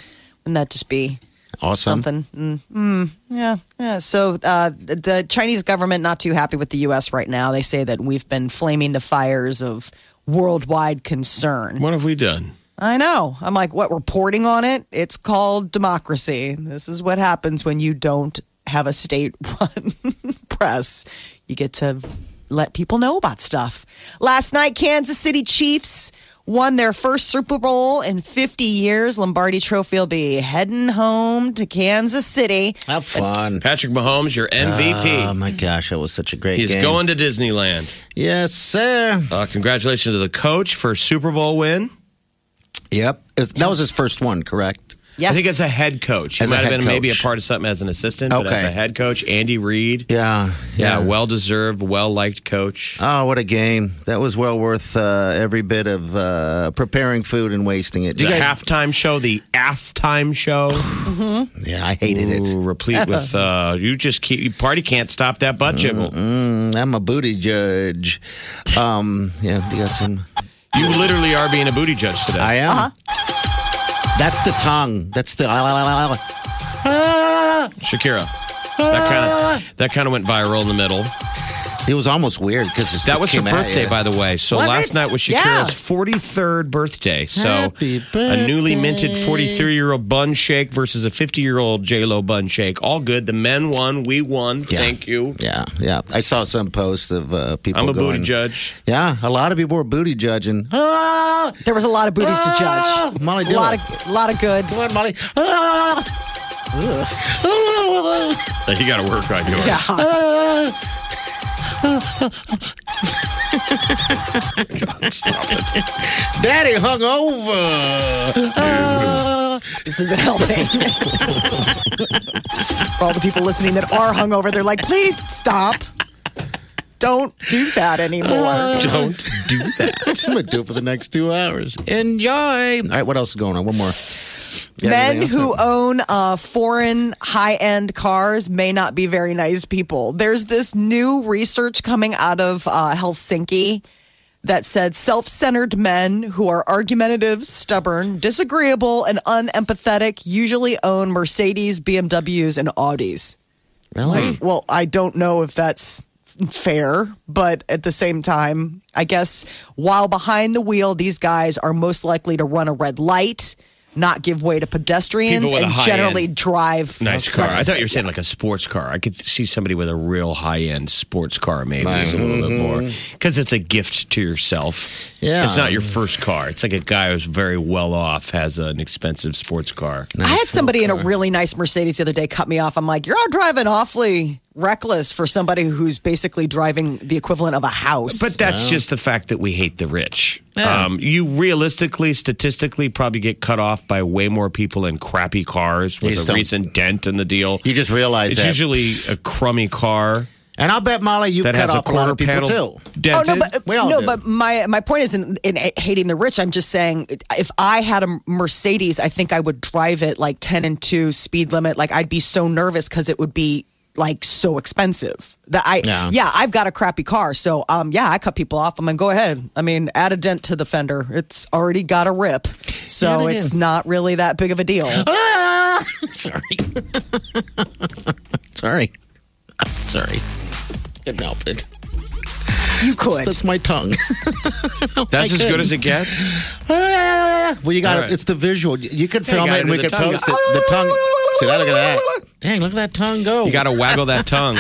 Speaker 4: Wouldn't that just be
Speaker 5: Awesome.
Speaker 4: something? Mm, mm, yeah, yeah. So uh, the Chinese government not too happy with the U.S. right now. They say that we've been flaming the fires of worldwide concern.
Speaker 6: What have we done?
Speaker 4: I know. I'm like, what? Reporting on it? It's called democracy. This is what happens when you don't have a state-run press. You get to let people know about stuff. Last night, Kansas City Chiefs won their first Super Bowl in 50 years. Lombardi Trophy will be heading home to Kansas City.
Speaker 5: Have fun.
Speaker 6: Patrick Mahomes, your MVP.
Speaker 5: Oh my gosh, that was such a great
Speaker 6: He's
Speaker 5: game.
Speaker 6: going to Disneyland.
Speaker 5: Yes, sir.
Speaker 6: Uh, congratulations to the coach for a Super Bowl win.
Speaker 5: Yep. It's- That was his first one, correct?
Speaker 4: Yes.
Speaker 6: I think as a head coach. He
Speaker 5: As a
Speaker 6: might have
Speaker 5: head
Speaker 6: been maybe a
Speaker 5: coach.
Speaker 6: part of something as an assistant, but as
Speaker 5: Okay.
Speaker 6: a head coach, Andy Reid.
Speaker 5: Yeah.
Speaker 6: Yeah, well deserved, well liked coach.
Speaker 5: Oh, what a game. That was well worth uh, every bit of uh, preparing food and wasting it.
Speaker 6: The
Speaker 5: You guys-
Speaker 6: halftime show, the ass time show.
Speaker 5: yeah, I hated it.
Speaker 6: Ooh, replete with uh, you just keep party can't stop that butt jiggle.
Speaker 5: Mm, I'm a booty judge. Um, yeah, you got some.
Speaker 6: You literally are being a booty judge today.
Speaker 5: I am. That's the tongue. That's the.
Speaker 6: Shakira. That kind of that kind of went viral in the middle.
Speaker 5: It was almost weird because
Speaker 6: That was her birthday, by the way. So
Speaker 5: Was
Speaker 6: last
Speaker 5: it?
Speaker 6: night was
Speaker 4: Yeah.
Speaker 6: Shakira's forty third birthday. So
Speaker 5: Happy
Speaker 6: a newly minted
Speaker 5: birthday.
Speaker 6: forty three year old bun shake versus a fifty year old J Lo bun shake. All good. The men won. We won.
Speaker 5: Yeah.
Speaker 6: Thank you.
Speaker 5: Yeah, yeah. I saw some posts of uh, people.
Speaker 6: I'm a
Speaker 5: going,
Speaker 6: booty judge.
Speaker 5: Yeah, a lot of people were booty judging. Ah,
Speaker 4: There was a lot of booties to
Speaker 5: Ah,
Speaker 4: judge.
Speaker 5: Molly
Speaker 4: a lot
Speaker 5: Dillon.
Speaker 4: of, a lot of good.
Speaker 5: come on, Molly. Ah, ah,
Speaker 6: You got to work on yours.
Speaker 4: Yeah.
Speaker 5: ah.
Speaker 6: Stop it.
Speaker 5: Daddy hung over. Ah.
Speaker 4: Uh, This isn't helping. For all the people listening that are hungover, they're like, please stop. Don't do that anymore.
Speaker 6: Don't do that.
Speaker 5: Uh, I'm gonna do it for the next two hours. Enjoy. All right, what else is going on? One more. You got
Speaker 4: Men
Speaker 5: anything
Speaker 4: who
Speaker 5: else?
Speaker 4: own uh, foreign high end cars may not be very nice people. There's this new research coming out of uh, Helsinki that said self centered men who are argumentative, stubborn, disagreeable, and unempathetic usually own Mercedes, BMWs, and Audis.
Speaker 5: really.
Speaker 4: Well, I don't know if that's fair, but at the same time, I guess while behind the wheel, these guys are most likely to run a red light, not give way to pedestrians,
Speaker 6: People with a
Speaker 4: and
Speaker 6: high
Speaker 4: generally
Speaker 6: end.
Speaker 4: drive.
Speaker 6: Nice car. I thought you were saying like a sports car. I could see somebody with a real high end sports car maybe is a little bit more because it's a gift to yourself.
Speaker 5: Yeah.
Speaker 6: it's not your first car. It's like a guy who's very well off has an expensive sports car.
Speaker 4: I had somebody in a really nice Mercedes the other day cut me off. I'm like, you're all driving awfully reckless for somebody who's basically driving the equivalent of a house.
Speaker 6: But that's just the fact that we hate the rich.
Speaker 5: Yeah.
Speaker 6: Um, you realistically, statistically, probably get cut off by way more people in crappy cars
Speaker 5: You
Speaker 6: with
Speaker 5: just
Speaker 6: a
Speaker 5: don't-
Speaker 6: recent dent in the deal.
Speaker 5: You just realized
Speaker 6: It's
Speaker 5: that.
Speaker 6: usually a crummy car
Speaker 5: and I'll bet Molly, you've
Speaker 6: that
Speaker 5: cut
Speaker 6: has a
Speaker 5: off a, lot
Speaker 6: quarter
Speaker 5: of people
Speaker 6: panel
Speaker 5: too.
Speaker 4: Oh
Speaker 6: dented.
Speaker 4: no, but
Speaker 5: We all
Speaker 4: no,
Speaker 5: do.
Speaker 4: but my my point is in, in hating the rich. I'm just saying, if I had a Mercedes, I think I would drive it like 10 and 2 speed limit. Like I'd be so nervous because it would be like so expensive that I yeah.
Speaker 5: Yeah.
Speaker 4: I've got a crappy car, so um yeah I cut people off. I'm gonna go ahead. I mean, add a dent to the fender. It's already got a rip, so
Speaker 5: Yeah, it
Speaker 4: it's
Speaker 5: is.
Speaker 4: not really that big of a deal.
Speaker 5: Ah! Sorry. Sorry. Sorry. Good outfit.
Speaker 4: You could.
Speaker 5: That's my tongue.
Speaker 6: that's
Speaker 5: I
Speaker 6: as good
Speaker 5: couldn't.
Speaker 6: as it gets.
Speaker 5: Ah! well, you got
Speaker 6: All
Speaker 5: it.
Speaker 6: right.
Speaker 5: It's the visual. You could
Speaker 6: Yeah, you
Speaker 5: film
Speaker 6: got
Speaker 5: it
Speaker 6: it
Speaker 5: and we
Speaker 6: in the
Speaker 5: could
Speaker 6: tongue.
Speaker 5: post it. The tongue. See that? Look at that. Dang, look at that tongue go.
Speaker 6: You got to waggle that tongue.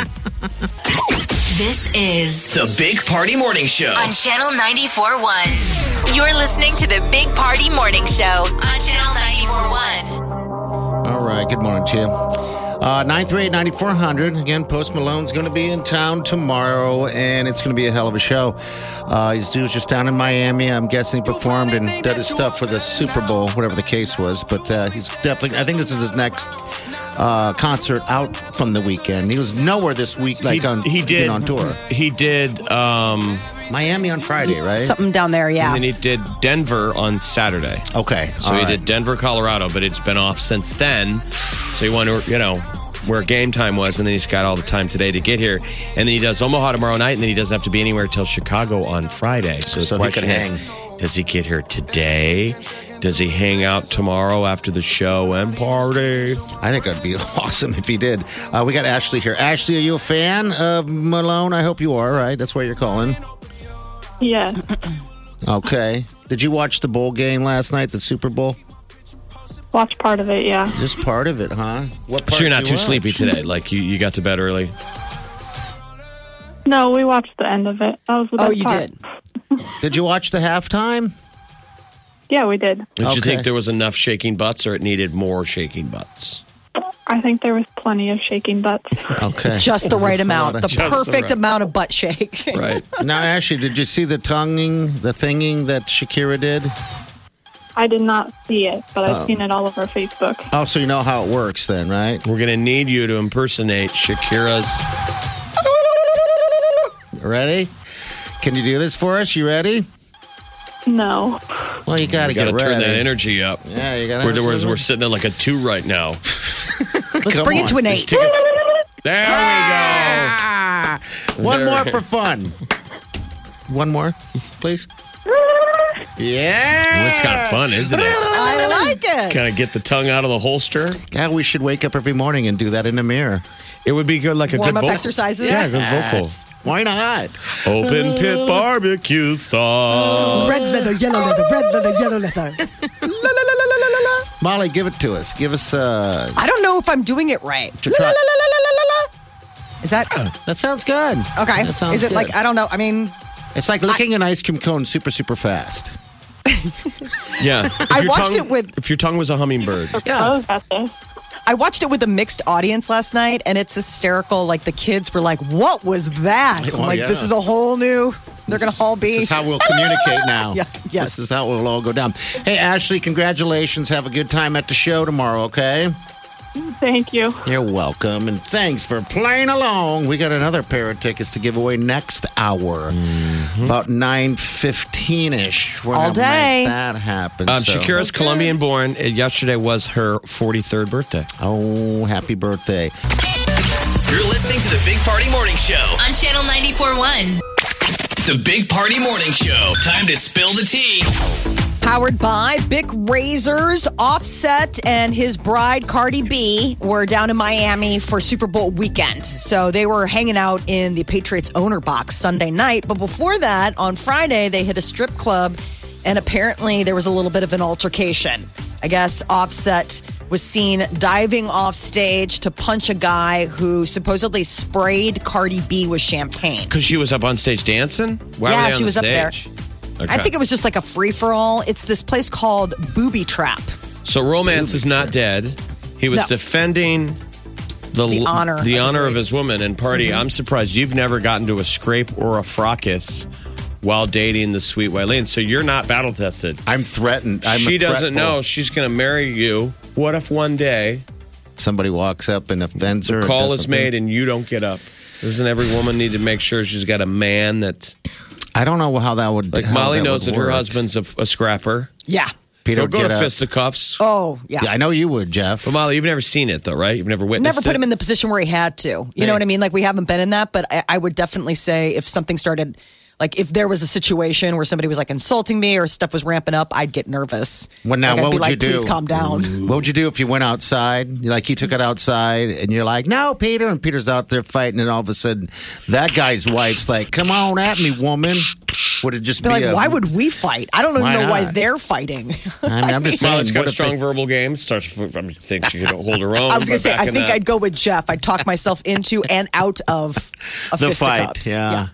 Speaker 3: This is
Speaker 2: The Big Party Morning Show.
Speaker 3: on Channel 94.1. You're listening to the Big Party Morning Show on Channel 94.1.
Speaker 5: All right. Good morning, Tim. Uh, 938-9400. Again, Post Malone's going to be in town tomorrow, and it's going to be a hell of a show. Uh, his dude was just down in Miami. I'm guessing he performed and did his stuff for the Super Bowl, whatever the case was. But uh, he's definitely, I think this is his next uh, concert out from the weekend. He was nowhere this week, like on,
Speaker 6: he did
Speaker 5: on tour.
Speaker 6: He did um,
Speaker 5: Miami on Friday, right?
Speaker 4: Something down there, yeah.
Speaker 6: And then he did Denver on Saturday.
Speaker 5: Okay.
Speaker 6: So
Speaker 5: all
Speaker 6: he
Speaker 5: right.
Speaker 6: did Denver, Colorado, but it's been off since then. So he wonder, you know, where game time was, and then he's got all the time today to get here. And then he does Omaha tomorrow night, and then he doesn't have to be anywhere till Chicago on Friday. So,
Speaker 5: So
Speaker 6: the
Speaker 5: he
Speaker 6: question
Speaker 5: can
Speaker 6: is, does he get here today? Does he hang out tomorrow after the show and party?
Speaker 5: I think I'd be awesome if he did. Uh, we got Ashley here. Ashley, are you a fan of Malone? I hope you are, right? That's why you're calling.
Speaker 13: Yeah.
Speaker 5: Okay. Did you watch the bowl game last night, the Super Bowl?
Speaker 13: Watch part of it, yeah.
Speaker 5: Just part of it, huh? What part
Speaker 6: So you're
Speaker 5: did
Speaker 6: not
Speaker 5: you
Speaker 6: too
Speaker 5: watch?
Speaker 6: sleepy today. Like you, you got to bed early.
Speaker 13: No, we watched the end of it. That was the
Speaker 4: Oh,
Speaker 13: best
Speaker 4: you
Speaker 13: part.
Speaker 4: did.
Speaker 5: Did you watch the halftime?
Speaker 13: Yeah, we did.
Speaker 6: Did you think
Speaker 5: Okay.
Speaker 6: there was enough shaking butts, or it needed more shaking butts?
Speaker 13: I think there was plenty of shaking butts.
Speaker 5: Okay.
Speaker 4: Just the right amount, the
Speaker 6: Just the
Speaker 4: perfect
Speaker 6: right-
Speaker 4: amount of butt shake.
Speaker 6: Right.
Speaker 5: Now, Ashley, did you see the tonguing, the thinging that Shakira did?
Speaker 13: I did not see it, but I've
Speaker 5: Oh.
Speaker 13: seen it all over Facebook.
Speaker 5: Oh, so you know how it works then, right?
Speaker 6: We're gonna need you to impersonate Shakira's.
Speaker 5: Ready? Can you do this for us? You ready?
Speaker 13: No.
Speaker 5: Well, you gotta,
Speaker 6: we gotta
Speaker 5: get
Speaker 6: turn
Speaker 5: ready.
Speaker 6: that energy up.
Speaker 5: Yeah, you gotta.
Speaker 6: We're,
Speaker 5: have
Speaker 6: we're,
Speaker 5: some-
Speaker 6: we're sitting at like a two right now.
Speaker 4: Let's
Speaker 5: Come
Speaker 4: bring it
Speaker 5: on.
Speaker 4: to an
Speaker 6: Let's
Speaker 4: eight.
Speaker 6: take it- There
Speaker 5: Ah! One
Speaker 6: There.
Speaker 5: more for fun. One more, please.
Speaker 6: we go.
Speaker 5: Yeah.
Speaker 6: It's kind of fun, isn't it?
Speaker 4: I like it.
Speaker 6: Kind of get the tongue out of the holster.
Speaker 5: God, we should wake up every morning and do that in the mirror.
Speaker 6: It would be good, like a
Speaker 4: Warm
Speaker 6: good
Speaker 4: up
Speaker 6: vocal.
Speaker 4: exercises. Oh.
Speaker 6: Yeah, good vocal.
Speaker 5: Why not?
Speaker 6: Open pit barbecue sauce.
Speaker 4: Red leather, yellow leather, red leather, yellow leather. La, la, la, la, la, la, la, la.
Speaker 5: Molly, give it to us. Give us. Uh,
Speaker 4: I don't know if I'm doing it right. La,
Speaker 5: Your
Speaker 4: la, la, la,
Speaker 5: top.
Speaker 4: la, la, la, la. Is that
Speaker 5: that sounds good.
Speaker 4: okay?
Speaker 5: That sounds
Speaker 4: Is it
Speaker 5: good.
Speaker 4: like I don't know? I mean,
Speaker 5: It's like licking an ice cream cone super, super fast.
Speaker 6: Yeah. If
Speaker 4: I
Speaker 6: your
Speaker 4: watched
Speaker 6: tongue-
Speaker 4: it with-
Speaker 6: If your tongue was a hummingbird.
Speaker 13: Oh, got this.
Speaker 4: I watched it with a mixed audience last night, and it's hysterical. Like the kids were like, "What was that?"
Speaker 5: Well,
Speaker 4: I'm like,
Speaker 5: yeah.
Speaker 4: "This is a whole new. They're gonna all be."
Speaker 5: This is how we'll communicate now.
Speaker 4: Yeah, yes.
Speaker 5: This is how we'll all go down. Hey, Ashley, congratulations. Have a good time at the show tomorrow, okay?
Speaker 13: Thank you.
Speaker 5: You're welcome, and thanks for playing along. We got another pair of tickets to give away next hour,
Speaker 6: Mm-hmm.
Speaker 5: about nine fifteen ish. We're
Speaker 4: All
Speaker 5: gonna
Speaker 4: day.
Speaker 5: make that happen.
Speaker 6: Um,
Speaker 5: so-
Speaker 6: Shakira's Colombian born. Uh, Yesterday was her 43rd birthday.
Speaker 5: Oh, happy birthday!
Speaker 2: You're listening to the Big Party Morning Show.
Speaker 3: On Channel 94.1.
Speaker 2: The Big Party Morning Show. Time to spill the tea.
Speaker 4: Powered by Bic Razors, Offset, and his bride Cardi B were down in Miami for Super Bowl weekend. So they were hanging out in the Patriots owner box Sunday night. But before that, on Friday, they hit a strip club, and apparently there was a little bit of an altercation. I guess Offset was seen diving off stage to punch a guy who supposedly sprayed Cardi B with champagne.
Speaker 6: Because she was up on stage dancing? Why
Speaker 4: Yeah,
Speaker 6: were they on
Speaker 4: she
Speaker 6: the
Speaker 4: was up there.
Speaker 6: stage?
Speaker 4: I think it was just like a free for all. It's this place called Booby Trap.
Speaker 6: So romance is not dead. He was
Speaker 4: No.
Speaker 6: defending the,
Speaker 4: The
Speaker 6: the
Speaker 4: honor of his Mm-hmm.
Speaker 6: honor of his woman. And party, I'm surprised you've never gotten to a scrape or a fracas while dating the sweet Wileen. So you're not battle tested.
Speaker 5: I'm threatened. I'm
Speaker 6: she
Speaker 5: a threat
Speaker 6: doesn't
Speaker 5: bull.
Speaker 6: know she's going to marry you. What if one day
Speaker 5: Somebody walks up and offends her.
Speaker 6: the
Speaker 5: and
Speaker 6: call
Speaker 5: does
Speaker 6: is
Speaker 5: something.
Speaker 6: made and you don't get up? Doesn't every woman need to make sure she's got a man that's
Speaker 5: I don't know how that would.
Speaker 6: like
Speaker 5: how
Speaker 6: Molly
Speaker 5: that
Speaker 6: knows
Speaker 5: would
Speaker 6: that her
Speaker 5: work.
Speaker 6: husband's a, a scrapper?
Speaker 4: Yeah.
Speaker 5: Peter
Speaker 6: He'll
Speaker 5: would
Speaker 6: go
Speaker 5: get
Speaker 6: to
Speaker 5: up.
Speaker 6: fisticuffs.
Speaker 4: Oh, yeah.
Speaker 5: Yeah, I know you would, Jeff.
Speaker 6: But Molly, you've never seen it though, right? You've never witnessed
Speaker 4: Never put
Speaker 6: it.
Speaker 4: him in the position where he had to. You know what I mean? Like, we haven't been in that, but I, I would definitely say if something started, like, if there was a situation where somebody was like insulting me or stuff was ramping up, I'd get nervous.
Speaker 5: Well, now
Speaker 4: Like, I'd
Speaker 5: what
Speaker 4: be
Speaker 5: would
Speaker 4: like,
Speaker 5: you do? Mm-hmm.
Speaker 4: Please calm down.
Speaker 5: What would you do if you went outside? You- Like you took it outside, and you're like, "No, Peter," and Peter's out there fighting, and all of a sudden, that guy's wife's like, "Come on at me, woman." Would it just
Speaker 4: Be
Speaker 5: be,
Speaker 4: like,
Speaker 5: a-
Speaker 4: why would we fight? I don't even
Speaker 5: Why
Speaker 4: know why
Speaker 5: not?
Speaker 4: they're fighting.
Speaker 5: I mean, I'm just saying,
Speaker 6: Molly's got
Speaker 5: what
Speaker 6: a
Speaker 5: if they-
Speaker 6: strong verbal game. Starts. I mean, think she could hold her own.
Speaker 4: I
Speaker 6: by
Speaker 4: was going to say, I
Speaker 6: backing
Speaker 4: think
Speaker 6: that.
Speaker 4: I'd go with Jeff. I'd talk myself into and out of a
Speaker 5: the fight.
Speaker 4: fisticuffs.
Speaker 5: Yeah.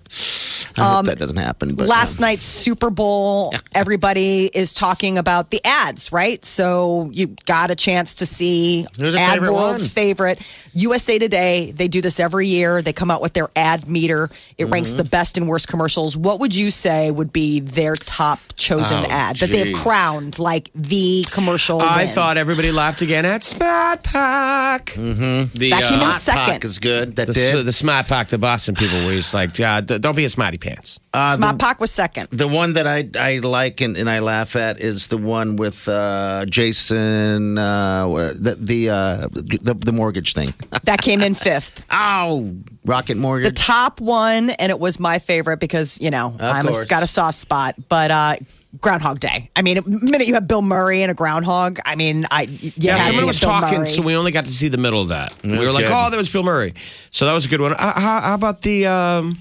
Speaker 5: I hope
Speaker 4: Um,
Speaker 5: that doesn't happen. But
Speaker 4: Last night's Super Bowl, everybody is talking about the ads, right? So you got a chance to see
Speaker 5: Who's your
Speaker 4: Ad
Speaker 5: favorite
Speaker 4: World's
Speaker 5: one?
Speaker 4: favorite. USA Today, they do this every year. They come out with their ad meter. It ranks
Speaker 5: Mhm.
Speaker 4: the best and worst commercials. What would you say would be their top chosen
Speaker 14: Oh,
Speaker 4: ad that they've
Speaker 14: geez.
Speaker 4: crowned like the commercial?
Speaker 14: I
Speaker 4: win?
Speaker 14: thought everybody laughed again at Smart Pack.
Speaker 5: Mm-hmm.
Speaker 14: The uh, Smart Pack
Speaker 5: is good. That
Speaker 14: the,
Speaker 5: did.
Speaker 14: the Smart Pack, the Boston people were just like, yeah, d- don't be a smarty pants.
Speaker 5: Uh,
Speaker 4: Smart Pack was second.
Speaker 5: The one that I, I like and, and I laugh at is the one with uh, Jason, uh, where- the the, uh, the the mortgage thing.
Speaker 4: That came in fifth.
Speaker 5: Ow! Rocket
Speaker 4: the
Speaker 5: Mortgage.
Speaker 4: top one, and it was my favorite because you know I'm a,
Speaker 5: course.
Speaker 4: got a soft spot. But uh, Groundhog Day. I mean, the minute you have Bill Murray and a groundhog, I mean, I you
Speaker 14: Yeah,
Speaker 4: had to
Speaker 14: someone
Speaker 4: get
Speaker 14: was
Speaker 4: Bill
Speaker 14: talking,
Speaker 4: Murray.
Speaker 14: so we only got to see the middle of that. we
Speaker 5: was
Speaker 14: were like,
Speaker 5: good.
Speaker 14: oh, there was Bill Murray. So that was a good one. Uh, how, how about the. Um,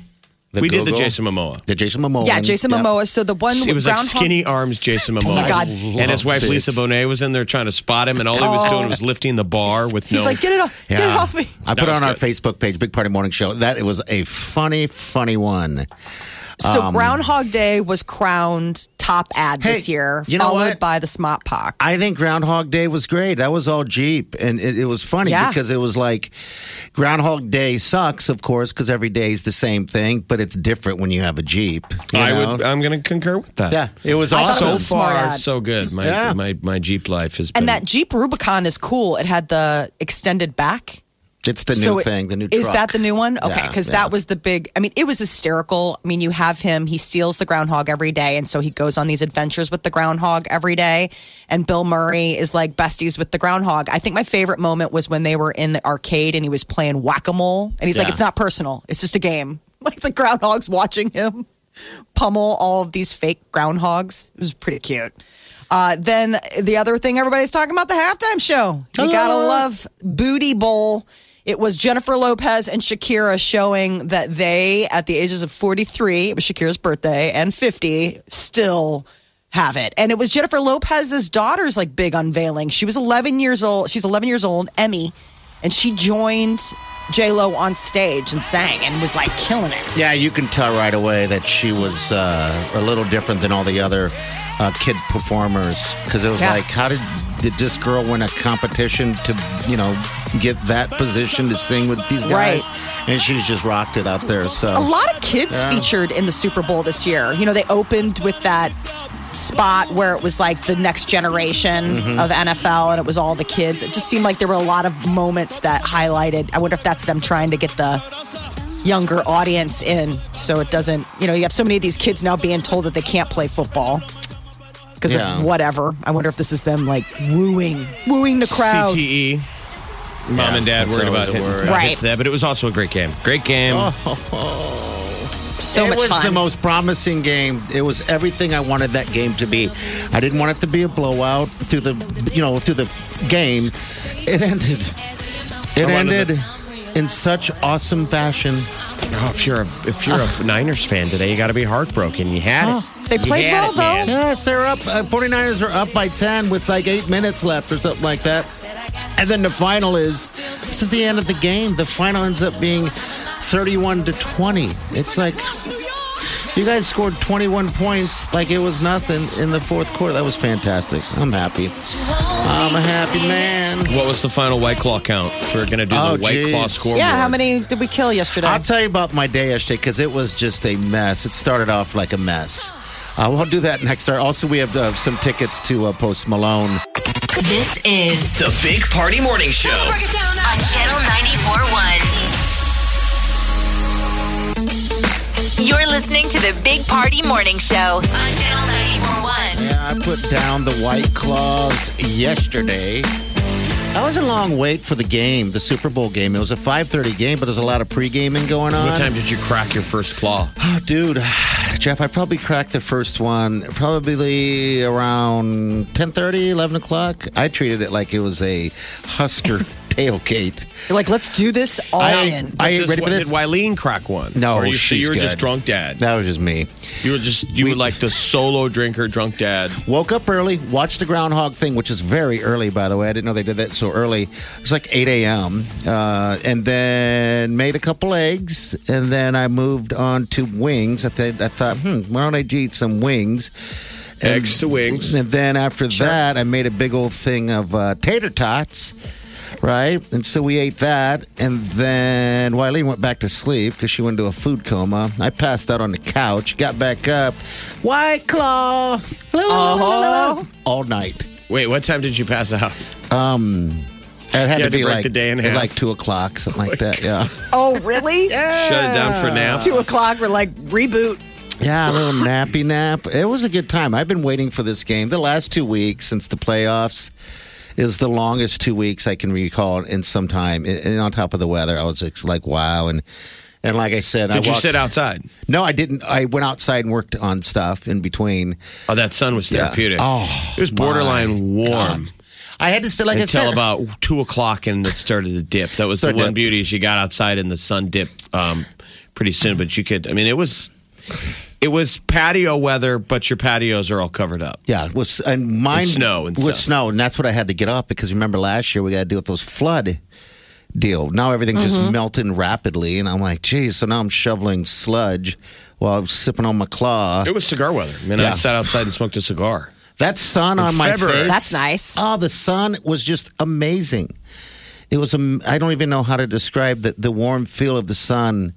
Speaker 5: The
Speaker 14: we did the
Speaker 5: Google?
Speaker 14: Jason Momoa.
Speaker 5: The Jason Momoa.
Speaker 4: yeah, Jason Momoa. So the one
Speaker 14: He
Speaker 4: with
Speaker 14: was like
Speaker 4: groundhog. Oh
Speaker 14: skinny arms, Jason Momoa.
Speaker 4: God.
Speaker 14: And his wife
Speaker 5: Loved it.
Speaker 14: Lisa Bonet was in there trying to spot him, and all he was
Speaker 4: Oh.
Speaker 14: doing was lifting the bar with
Speaker 4: He's
Speaker 14: no.
Speaker 4: like, get it off, get it
Speaker 5: Yeah.
Speaker 4: off me.
Speaker 5: I
Speaker 14: That
Speaker 5: put it
Speaker 14: was
Speaker 5: on our
Speaker 14: good.
Speaker 5: Facebook page, Big Party Morning Show. That it was a funny, funny one.
Speaker 4: So
Speaker 5: Um,
Speaker 4: Groundhog Day was crowned top ad this
Speaker 5: Hey,
Speaker 4: year,
Speaker 5: you know what?
Speaker 4: followed by the Smart Pack.
Speaker 5: I think Groundhog Day was great. That was all Jeep, and it, it was funny
Speaker 4: Yeah.
Speaker 5: because it was like Groundhog Day sucks, of course, because every day is the same thing, but it's different when you have a Jeep. you
Speaker 14: I
Speaker 5: know?
Speaker 14: would. I'm going to concur with that.
Speaker 5: Yeah, it was
Speaker 4: I thought
Speaker 14: so
Speaker 4: it was a smart
Speaker 14: far
Speaker 4: ad.
Speaker 14: so good. My,
Speaker 4: Yeah.
Speaker 14: my my Jeep life has been.
Speaker 4: And that Jeep Rubicon is cool. It had the extended back.
Speaker 5: It's the
Speaker 4: So
Speaker 5: new
Speaker 4: it-
Speaker 5: thing, the new.
Speaker 4: Is that
Speaker 5: truck.
Speaker 4: the new one? Okay,
Speaker 5: Yeah,
Speaker 4: because
Speaker 5: yeah.
Speaker 4: that was the big. I mean, it was hysterical. I mean, you have him. He steals the groundhog every day, and so he goes on these adventures with the groundhog every day. And Bill Murray is like besties with the groundhog. I think my favorite moment was when they were in the arcade and he was playing whack a mole, and he's like,
Speaker 5: Yeah.
Speaker 4: "It's not personal. It's just a game." Like the groundhog's watching him pummel all of these fake groundhogs. It was pretty cute. Uh, then the other thing everybody's talking about the halftime show. You gotta love Booty Bowl. It was Jennifer Lopez and Shakira showing that they, at the ages of 43, it was Shakira's birthday, and 50, still have it. And it was Jennifer Lopez's daughter's like big unveiling. She was 11 years old. She's 11 years old, Emmy, and she joined J Lo on stage and sang and was like killing it.
Speaker 5: Yeah, you can tell right away that she was uh, a little different than all the other uh, kid performers because it was
Speaker 4: Yeah.
Speaker 5: like, how did did this girl win a competition to you know get that position to sing with these guys? And she's just rocked it out there. So
Speaker 6: Oh.
Speaker 4: A lot of kids
Speaker 5: Yeah.
Speaker 4: featured in the Super Bowl this year. You know, they opened with that spot where it was like the next generation
Speaker 6: Mm-hmm.
Speaker 5: Mhm.
Speaker 4: of NFL and it was all the kids. It just seemed like there were a lot of moments that highlighted. I wonder if that's them trying to get the younger audience in so it doesn't, you know, you have so many of these kids now being told that they can't play football because
Speaker 5: Yeah.
Speaker 4: of whatever. I wonder if this is them like wooing, wooing the crowd.
Speaker 14: CTE. E Mom and dad
Speaker 5: that's
Speaker 14: worried
Speaker 5: always
Speaker 14: about
Speaker 5: a
Speaker 14: hitting
Speaker 5: word.
Speaker 14: right.
Speaker 4: Right.
Speaker 14: hits there, but it was also a great game. Great game.
Speaker 4: So
Speaker 5: it
Speaker 4: much
Speaker 5: was
Speaker 4: fun.
Speaker 5: the most promising game. It was everything I wanted that game to be. I didn't want it to be a blowout through the you know through the game. It ended. It
Speaker 14: I wanted
Speaker 5: ended in such awesome fashion.
Speaker 14: Oh, if you're a if you're a Niners fan today, you got to be heartbroken. You had it.
Speaker 4: Oh. They
Speaker 14: You
Speaker 4: played
Speaker 14: had
Speaker 4: well,
Speaker 14: it,
Speaker 4: though.
Speaker 14: man.
Speaker 5: Yes, they're up. Uh, 49ers are up by 10 with like eight minutes left or something like that. And then the final is this is the end of the game. The final ends up being 31 to 20. It's like you guys scored 21 points like it was nothing in the fourth quarter. That was fantastic. I'm happy. I'm a happy man.
Speaker 14: What was the final White Claw count? If we're gonna do
Speaker 5: Oh,
Speaker 14: the White Claw
Speaker 5: geez.
Speaker 14: scoreboard.
Speaker 4: yeah, how many did we kill yesterday?
Speaker 5: I'll tell you about my day yesterday because it was just a mess. It started off like a mess. Uh, we'll do that next hour. Also, we have uh, some tickets to uh, Post Malone.
Speaker 3: This is
Speaker 2: The Big Party Morning Show.
Speaker 3: on Channel 94.1. You're listening to the Big Party Morning Show on Channel 94.1.
Speaker 5: Yeah, I put down the White Claws yesterday. That was a long wait for the game, the Super Bowl game. It was a 5:30 game, but there's a lot of pre-gaming going on.
Speaker 14: What time did you crack your first claw?
Speaker 5: Oh, dude, Jeff, I probably cracked the first one probably around 10:30, 11 o'clock. I treated it like it was a Husker tailgate.
Speaker 4: You're like, let's do this all in.
Speaker 5: I ain't ready for this.
Speaker 6: Did Wileen crack one?
Speaker 5: No,
Speaker 6: Or you, so
Speaker 5: she's
Speaker 6: you were just
Speaker 5: good.
Speaker 6: drunk dad.
Speaker 5: That was just me.
Speaker 6: You were just you were like the solo drinker, drunk dad.
Speaker 5: Woke up early, watched the groundhog thing, which is very early, by the way. I didn't know they did that so early. It's like 8 a.m. Uh, and then made a couple eggs, and then I moved on to wings. I, th- I thought, hmm, why don't I eat some wings?
Speaker 6: Eggs to wings.
Speaker 5: And then after that, I made a big old thing of uh, tater tots. Right, and so we ate that, and then Wileen went back to sleep because she went into a food coma. I passed out on the couch, got back up, White Claw. all night.
Speaker 6: Uh-huh. Wait, what time did you pass out?
Speaker 5: Um, it had
Speaker 6: You
Speaker 5: to
Speaker 6: had to
Speaker 5: be
Speaker 6: break
Speaker 5: like
Speaker 6: the day in
Speaker 5: at
Speaker 6: half.
Speaker 5: like two o'clock, something like that. Yeah,
Speaker 4: Oh, really? yeah.
Speaker 6: Shut it down for now.
Speaker 4: Two o'clock. We're like reboot.
Speaker 5: yeah, a little nappy nap. It was a good time. I've been waiting for this game the last two weeks since the playoffs is the longest two weeks I can recall in some time. And and on top of the weather, I was just like, wow. And and like I said, I
Speaker 6: Did you
Speaker 5: walked-
Speaker 6: sit outside?
Speaker 5: No, I didn't. I went outside and worked on stuff in between.
Speaker 6: Oh, that sun was
Speaker 5: Yeah.
Speaker 6: therapeutic.
Speaker 5: Oh,
Speaker 6: it was borderline warm.
Speaker 5: I had to sit like
Speaker 6: until
Speaker 5: I said.
Speaker 6: about two o'clock and it started to dip. That was
Speaker 5: Started
Speaker 6: the one
Speaker 5: to-
Speaker 6: beauty is you got outside and the sun dipped um, pretty soon. But you could, I mean, it was it was patio weather, but your patios are all covered up.
Speaker 5: Yeah, with and mine
Speaker 6: With snow and
Speaker 5: with
Speaker 6: stuff.
Speaker 5: snow, and that's what I had to get off because remember last year we got to deal with those flood deal. Now everything's just melting rapidly, and I'm like, geez. So now I'm shoveling sludge while I'm sipping on my claw.
Speaker 6: It was cigar weather. I mean, I
Speaker 5: Yeah.
Speaker 6: sat outside and smoked a cigar.
Speaker 5: That sun
Speaker 6: In
Speaker 5: on my
Speaker 6: February.
Speaker 5: face.
Speaker 6: That's
Speaker 4: nice.
Speaker 5: Oh, the sun was just amazing. It was. am- I don't even know how to describe the the warm feel of the sun.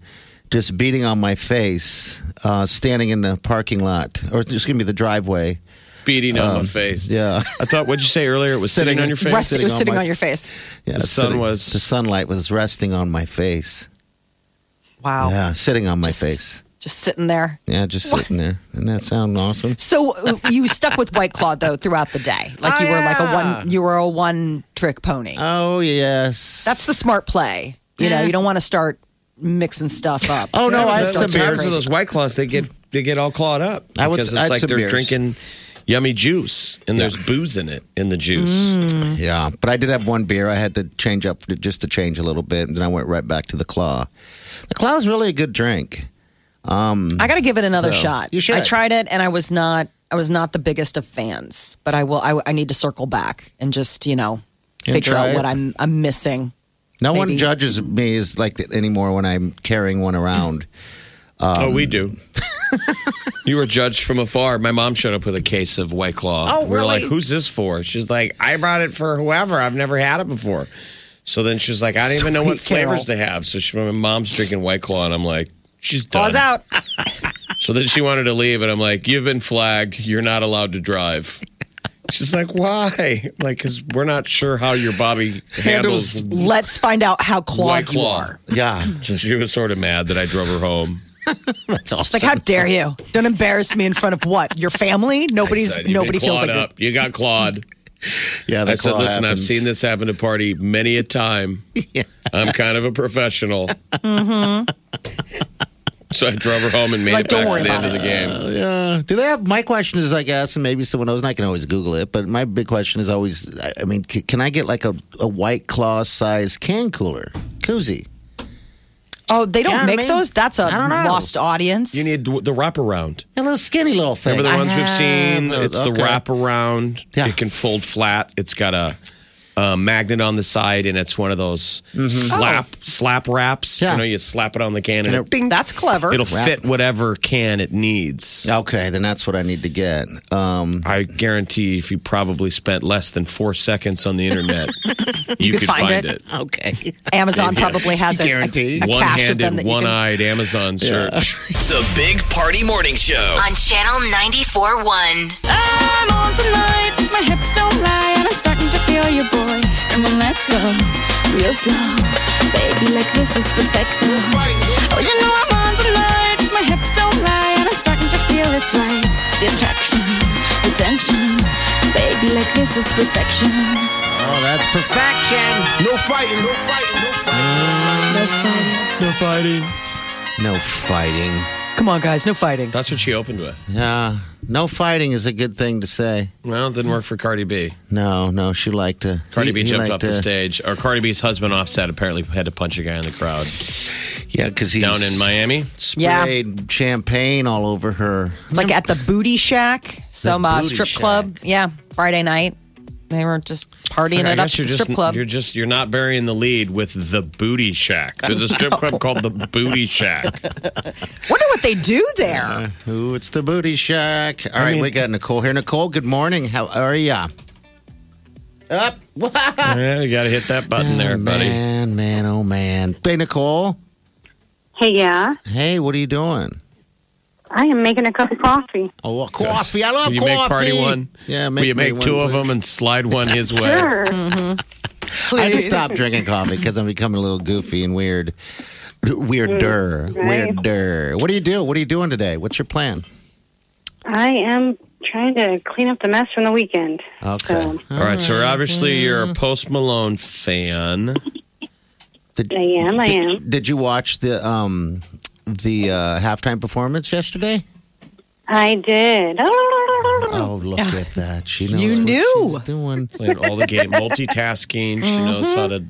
Speaker 5: Just beating on my face, uh, standing in the parking lot, or just give me the driveway. Um,
Speaker 6: beating on my face.
Speaker 5: Yeah.
Speaker 6: I thought, what'd you say earlier? It was sitting, on your face?
Speaker 4: Rest, it was sitting on
Speaker 5: my-
Speaker 4: your face.
Speaker 5: Yeah,
Speaker 6: The
Speaker 5: it's
Speaker 6: sun
Speaker 5: sitting-
Speaker 6: was-
Speaker 5: the sunlight was resting on my face.
Speaker 4: Wow.
Speaker 5: Yeah, sitting on my
Speaker 4: Just-
Speaker 5: face.
Speaker 4: Just sitting there.
Speaker 5: Yeah, just sitting there. Doesn't that sound awesome?
Speaker 4: So uh, you stuck with White Claw though throughout the day. Like you
Speaker 5: Oh,
Speaker 4: were like a
Speaker 5: yeah.
Speaker 4: one. You were a one trick pony.
Speaker 5: Oh yes.
Speaker 4: That's the smart play. You know, you don't want to start mixing stuff up.
Speaker 5: Oh, no, I had
Speaker 4: Just
Speaker 5: some
Speaker 4: don't
Speaker 5: beers.
Speaker 4: start
Speaker 6: Sometimes with those white claws, they get they get all clawed up
Speaker 5: I would-
Speaker 6: because it's
Speaker 5: I had
Speaker 6: like
Speaker 5: some
Speaker 6: they're
Speaker 5: beers.
Speaker 6: drinking yummy juice and there's booze in it in the juice.
Speaker 4: Mm.
Speaker 5: Yeah, but I did have one beer. I had to change up just to change a little bit, and then I went right back to the claw. The claw is really a good drink. Um,
Speaker 4: I got to give it another
Speaker 5: So,
Speaker 4: shot.
Speaker 5: you should.
Speaker 4: I tried it and I was not I was not the biggest of fans, but I will I, I need to circle back and just, you know,
Speaker 5: And
Speaker 4: figure
Speaker 5: try
Speaker 4: out
Speaker 5: it.
Speaker 4: what I'm I'm missing.
Speaker 5: no one
Speaker 4: maybe.
Speaker 5: judges me as like that anymore when I'm carrying one around. Um,
Speaker 6: oh, we do. you were judged from afar. My mom showed up with a case of White Claw.
Speaker 14: Oh,
Speaker 6: We We're
Speaker 14: really?
Speaker 6: like, who's this for? She's like, I brought it for whoever. I've never had it before. So then she's like, I don't even know what
Speaker 4: Sweet Carol.
Speaker 6: flavors to have. So she, my mom's drinking White Claw, and I'm like, she's done.
Speaker 4: Claws out.
Speaker 6: So then she wanted to leave, and I'm like, "You've been flagged. You're not allowed to drive." She's like, "Why?" I'm Like, because we're not sure how your body handles.
Speaker 4: Let's find out how clawed
Speaker 6: White
Speaker 4: you
Speaker 6: Claw.
Speaker 4: are.
Speaker 5: Yeah,
Speaker 6: So she was sort of mad that I drove her home.
Speaker 5: that's
Speaker 4: It's
Speaker 5: awesome.
Speaker 4: like how dare you? Don't embarrass me in front of what? Your family? Nobody's
Speaker 6: I said, "You've been
Speaker 4: nobody feels
Speaker 6: clawed
Speaker 4: like
Speaker 6: up. you got clawed.
Speaker 5: yeah, the
Speaker 6: I said,
Speaker 5: claw
Speaker 6: "Listen, I've
Speaker 5: happens.
Speaker 6: seen this happen to party many a time. I'm kind of a professional." So I drove her home and made
Speaker 4: Like,
Speaker 6: it
Speaker 4: don't
Speaker 6: back
Speaker 4: worry
Speaker 6: to the end
Speaker 4: about
Speaker 6: of the game.
Speaker 5: Uh, Yeah. Do they have my question is I guess, and maybe someone knows, and I can always Google it. But my big question is always, I I mean, c- can I get like a, a white claw size can cooler koozie?
Speaker 4: Oh, they don't
Speaker 5: Yeah,
Speaker 4: make
Speaker 5: man.
Speaker 4: those? That's a
Speaker 5: I don't know.
Speaker 4: lost audience.
Speaker 6: You need the wraparound.
Speaker 5: A little skinny little thing.
Speaker 6: Remember the
Speaker 5: I
Speaker 6: ones we've
Speaker 5: have
Speaker 6: seen?
Speaker 5: those.
Speaker 6: It's the
Speaker 5: Okay.
Speaker 6: wraparound.
Speaker 5: Yeah.
Speaker 6: It can fold flat. It's got a, a magnet on the side, and it's one of those slap slap wraps.
Speaker 5: Mm-hmm. Oh. Yeah.
Speaker 6: You know, you slap it on the can, and,
Speaker 5: And
Speaker 6: it, ding,
Speaker 4: That's clever.
Speaker 6: it'll
Speaker 5: Wrap.
Speaker 6: fit whatever can it needs.
Speaker 5: Okay, then that's what I need to get. Um,
Speaker 6: I guarantee if you probably spent less than four seconds on the internet, you, could
Speaker 4: could find
Speaker 6: find,
Speaker 4: it.
Speaker 6: it.
Speaker 5: okay.
Speaker 4: Amazon probably has a, a,
Speaker 5: Guaranteed.
Speaker 4: a cache of them
Speaker 6: One-handed,
Speaker 4: that you can
Speaker 6: one-eyed Amazon search.
Speaker 2: The Big Party Morning Show.
Speaker 3: on Channel 94.1.
Speaker 15: I'm on tonight. My hips don't lie, and I'm starting to feel you, boy. Come on, let's go, real slow, baby. Like this is perfect. Oh, you know I'm on tonight. My hips don't lie, and I'm starting to feel it's right. The attraction, the tension, baby. Like this is perfection.
Speaker 5: Oh, that's perfection.
Speaker 15: No fighting, no fighting, no fighting. No fighting.
Speaker 6: No fighting.
Speaker 5: No fighting.
Speaker 4: Come on, guys, no fighting.
Speaker 6: That's what she opened with.
Speaker 5: Yeah. No fighting is a good thing to say.
Speaker 6: Well, it didn't work for Cardi B.
Speaker 5: No, no, she liked to.
Speaker 6: Cardi B
Speaker 5: he- he
Speaker 6: jumped
Speaker 5: liked
Speaker 6: off the
Speaker 5: to-
Speaker 6: stage, or Cardi B's husband Offset apparently had to punch a guy in the crowd
Speaker 5: Yeah, because he's
Speaker 6: down in Miami.
Speaker 4: Yeah.
Speaker 5: sprayed champagne all over her.
Speaker 4: It's like at the Booty Shack, some uh,
Speaker 5: Booty
Speaker 4: strip
Speaker 5: Shack.
Speaker 4: club. Yeah, Friday night. They were just partying
Speaker 6: I
Speaker 4: it up
Speaker 6: guess
Speaker 4: at the
Speaker 6: you're just
Speaker 4: strip club.
Speaker 6: you're just you're not burying the lead with the Booty Shack. There's a strip club called the Booty Shack.
Speaker 4: Wonder what they do there.
Speaker 5: Ooh, it's the booty shack. All right,
Speaker 6: mean-
Speaker 5: we got Nicole here. Nicole, good morning. How are ya? Up.
Speaker 6: yeah, you got to hit that button there, buddy.
Speaker 5: Man, man, oh man. Hey, Nicole.
Speaker 16: Hey, yeah.
Speaker 5: Hey, what are you doing?
Speaker 16: I am making a cup of coffee.
Speaker 5: Oh, well, coffee. I love
Speaker 6: Will you
Speaker 5: coffee.
Speaker 6: make party one?
Speaker 5: Yeah,
Speaker 6: Will you
Speaker 5: me
Speaker 6: make
Speaker 5: one,
Speaker 6: two of
Speaker 5: please.
Speaker 6: them and slide one his way?
Speaker 16: Sure.
Speaker 5: I just
Speaker 16: Please.
Speaker 5: stopped drinking coffee because I'm becoming a little goofy and weird. Weirder.
Speaker 16: Right.
Speaker 5: Weirder. What do you do? What are you doing today? What's your plan?
Speaker 16: I am trying to clean up the mess from the weekend.
Speaker 5: Okay.
Speaker 6: All right, so obviously you're a Post Malone fan.
Speaker 16: I am. I
Speaker 5: Did-
Speaker 16: am.
Speaker 5: Did, you watch the um the uh, halftime performance yesterday?
Speaker 16: I did.
Speaker 5: Oh, look at that! She knows
Speaker 4: You
Speaker 5: what
Speaker 4: knew.
Speaker 5: she's doing.
Speaker 6: Playing all the game, multitasking. She knows how to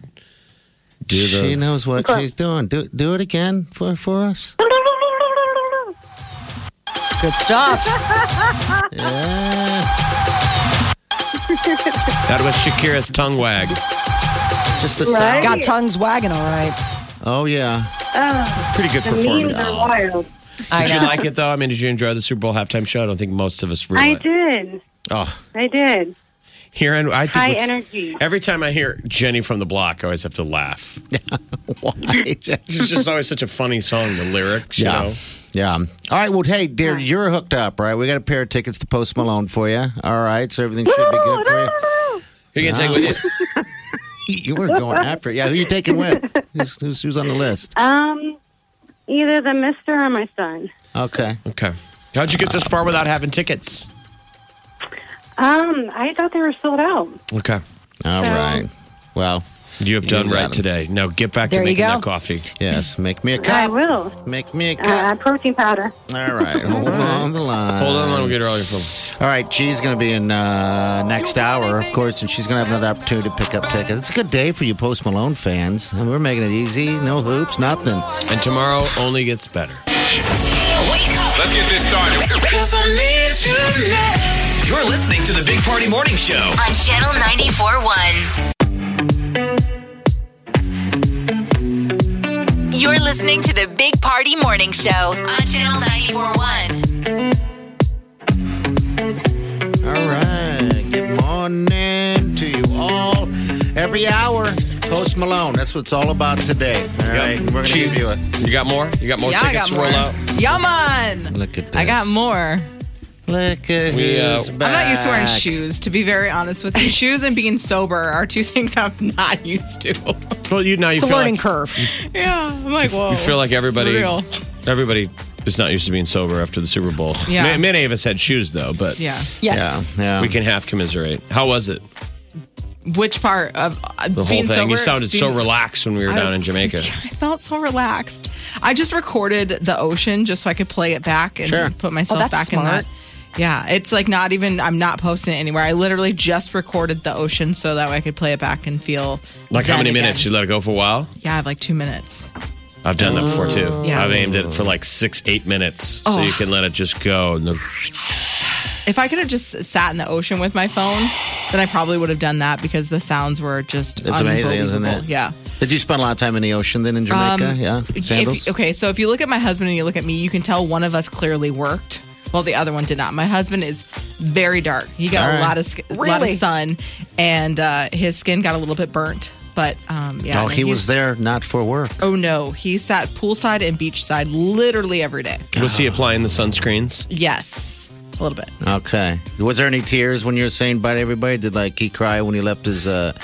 Speaker 6: do the.
Speaker 5: She knows what she's doing. Do do it again for for us.
Speaker 4: Good stuff.
Speaker 5: Yeah.
Speaker 6: That was Shakira's tongue wag.
Speaker 5: Just the sound.
Speaker 16: Right?
Speaker 4: Got tongues wagging, all right.
Speaker 5: Oh yeah.
Speaker 16: Oh,
Speaker 6: Pretty good
Speaker 16: the memes
Speaker 6: performance.
Speaker 16: are wild.
Speaker 4: I
Speaker 6: Did you
Speaker 4: know.
Speaker 6: like it though? I mean, did you enjoy the Super Bowl halftime show? I don't think most of us
Speaker 16: I
Speaker 6: really.
Speaker 16: did.
Speaker 5: Oh,
Speaker 16: I did.
Speaker 6: Hearing, I think
Speaker 16: High
Speaker 6: what's-
Speaker 16: energy.
Speaker 6: Every time I hear Jenny from the Block, I always have to laugh.
Speaker 5: why?
Speaker 6: It's just always such a funny song. The lyrics,
Speaker 5: Yeah.
Speaker 6: you know.
Speaker 5: Yeah. All right. Well, hey, dear, you're hooked up, right? We got a pair of tickets to Post Malone for you. All right. So everything should be good for you.
Speaker 6: Who you gonna take with you?
Speaker 5: You were going after it. Yeah. Who you taking with? Who's, who's, who's on the list?
Speaker 16: Um, either the mister or my son.
Speaker 5: Okay.
Speaker 6: Okay. How'd you get this far without having tickets?
Speaker 16: Um, I thought they were sold out.
Speaker 6: Okay.
Speaker 5: All
Speaker 16: So-
Speaker 5: right. Well,
Speaker 6: You have done
Speaker 5: You got
Speaker 6: right
Speaker 5: him.
Speaker 6: today. Now get back
Speaker 4: There
Speaker 6: to
Speaker 4: you
Speaker 6: making
Speaker 4: go.
Speaker 6: that coffee.
Speaker 5: yes. Make me a
Speaker 16: I
Speaker 5: cup.
Speaker 16: will.
Speaker 5: Make me a
Speaker 16: Uh,
Speaker 5: cup.
Speaker 16: protein powder.
Speaker 5: All right. Hold on the line.
Speaker 6: Hold on, we'll get her all your phone.
Speaker 5: All right, she's going to be in uh, next hour, of course, and she's going to have another opportunity to pick up tickets. It's a good day for you Post Malone fans. And we're making it easy, no hoops, nothing.
Speaker 6: And tomorrow only gets better.
Speaker 2: Let's get this started. You're listening to the Big Party Morning Show.
Speaker 3: On Channel 94.1. You're listening to the Big Party Morning Show on Channel 94.1.
Speaker 5: All right, good morning to you all. Every hour, Post Malone. That's what it's all about today. All right, we're going to
Speaker 6: She-
Speaker 5: give you a
Speaker 6: You got more? You got more
Speaker 17: Yeah, I
Speaker 6: tickets
Speaker 17: got
Speaker 6: to
Speaker 17: more.
Speaker 6: roll out?
Speaker 17: Yaman.
Speaker 5: look at this.
Speaker 17: I got more.
Speaker 5: Look at
Speaker 6: We, uh,
Speaker 5: who's
Speaker 17: I'm not used to wearing
Speaker 5: back.
Speaker 17: shoes, to be very honest with you. shoes and being sober are two things I'm not used to.
Speaker 6: Well, you now you
Speaker 4: It's a
Speaker 6: feel
Speaker 4: learning
Speaker 6: like,
Speaker 4: curve.
Speaker 17: yeah, I'm like, whoa.
Speaker 6: you feel like everybody
Speaker 17: It's real.
Speaker 6: everybody is not used to being sober after the Super Bowl.
Speaker 17: Yeah.
Speaker 6: Ma- many of us had shoes though, but
Speaker 17: Yeah.
Speaker 4: Yes.
Speaker 5: Yeah, yeah.
Speaker 6: we can half commiserate. How was it?
Speaker 17: Which part of uh,
Speaker 6: The whole
Speaker 17: being
Speaker 6: thing.
Speaker 17: sober?
Speaker 6: you
Speaker 17: is
Speaker 6: sounded so
Speaker 17: being-
Speaker 6: relaxed when we were
Speaker 17: I-
Speaker 6: down in Jamaica.
Speaker 17: Yeah, I felt so relaxed. I just recorded the ocean just so I could play it back and
Speaker 5: Sure.
Speaker 17: put myself
Speaker 4: Oh, that's
Speaker 17: back in
Speaker 4: smart.
Speaker 17: that. Yeah, it's like not even, I'm not posting it anywhere. I literally just recorded the ocean so that way I could play it back and feel.
Speaker 6: Like how
Speaker 17: zen
Speaker 6: many
Speaker 17: again.
Speaker 6: minutes? You let it go for a while?
Speaker 17: Yeah, I have like two minutes.
Speaker 6: I've done that before
Speaker 4: Oh.
Speaker 6: too.
Speaker 17: Yeah.
Speaker 6: I've aimed it for like six, eight minutes. So
Speaker 17: Oh.
Speaker 6: you can let it just go. And the-
Speaker 17: If I could have just sat in the ocean with my phone, then I probably would have done that because the sounds were just
Speaker 5: It's
Speaker 17: unbelievable.
Speaker 5: amazing, isn't it?
Speaker 17: Yeah.
Speaker 5: Did you spend a lot of time in the ocean then in Jamaica?
Speaker 17: Um,
Speaker 5: yeah,
Speaker 17: if-
Speaker 5: sandals.
Speaker 17: okay, so if you look at my husband and you look at me, you can tell one of us clearly worked. Well, the other one did not. My husband is very dark. He got
Speaker 5: All
Speaker 17: a
Speaker 5: right.
Speaker 17: lot of sk- lot of
Speaker 4: Really?
Speaker 17: sun, and uh, his skin got a little bit burnt. But um, yeah,
Speaker 5: oh,
Speaker 17: no,
Speaker 5: he was
Speaker 17: he's-
Speaker 5: there not for work.
Speaker 17: Oh no, he sat poolside and beachside literally every day.
Speaker 6: was
Speaker 5: Ah.
Speaker 6: he applying the sunscreens?
Speaker 17: Yes, a little bit.
Speaker 5: Okay. Was there any tears when you were saying bye to everybody? Did like he cry when he left his uh,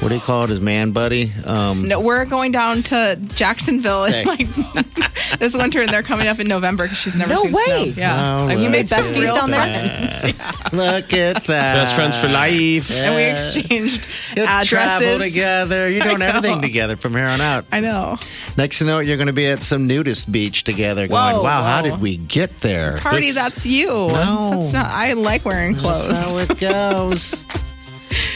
Speaker 5: What do you call it? His man buddy? Um,
Speaker 17: No, we're going down to Jacksonville in,
Speaker 5: Hey.
Speaker 17: like this winter, and they're coming up in November because she's never
Speaker 5: No
Speaker 17: seen snow.
Speaker 5: way.
Speaker 17: Yeah,
Speaker 5: Oh,
Speaker 17: Like,
Speaker 5: look
Speaker 17: we made
Speaker 5: at
Speaker 17: besties down there,
Speaker 5: that. Look at that.
Speaker 6: Best friends for life.
Speaker 17: and we
Speaker 5: Uh, Yeah.
Speaker 17: exchanged
Speaker 5: You
Speaker 17: addresses.
Speaker 5: travel together. You're
Speaker 17: I
Speaker 5: doing
Speaker 17: know.
Speaker 5: everything together from here on out.
Speaker 17: I know.
Speaker 5: Next to know, it, you're going to be at some nudist beach together. Going,
Speaker 17: Whoa,
Speaker 5: wow, how
Speaker 17: whoa.
Speaker 5: did we get there?
Speaker 17: Party,
Speaker 5: This-
Speaker 17: that's you.
Speaker 5: No.
Speaker 17: That's not. I like wearing clothes.
Speaker 5: That's how it goes.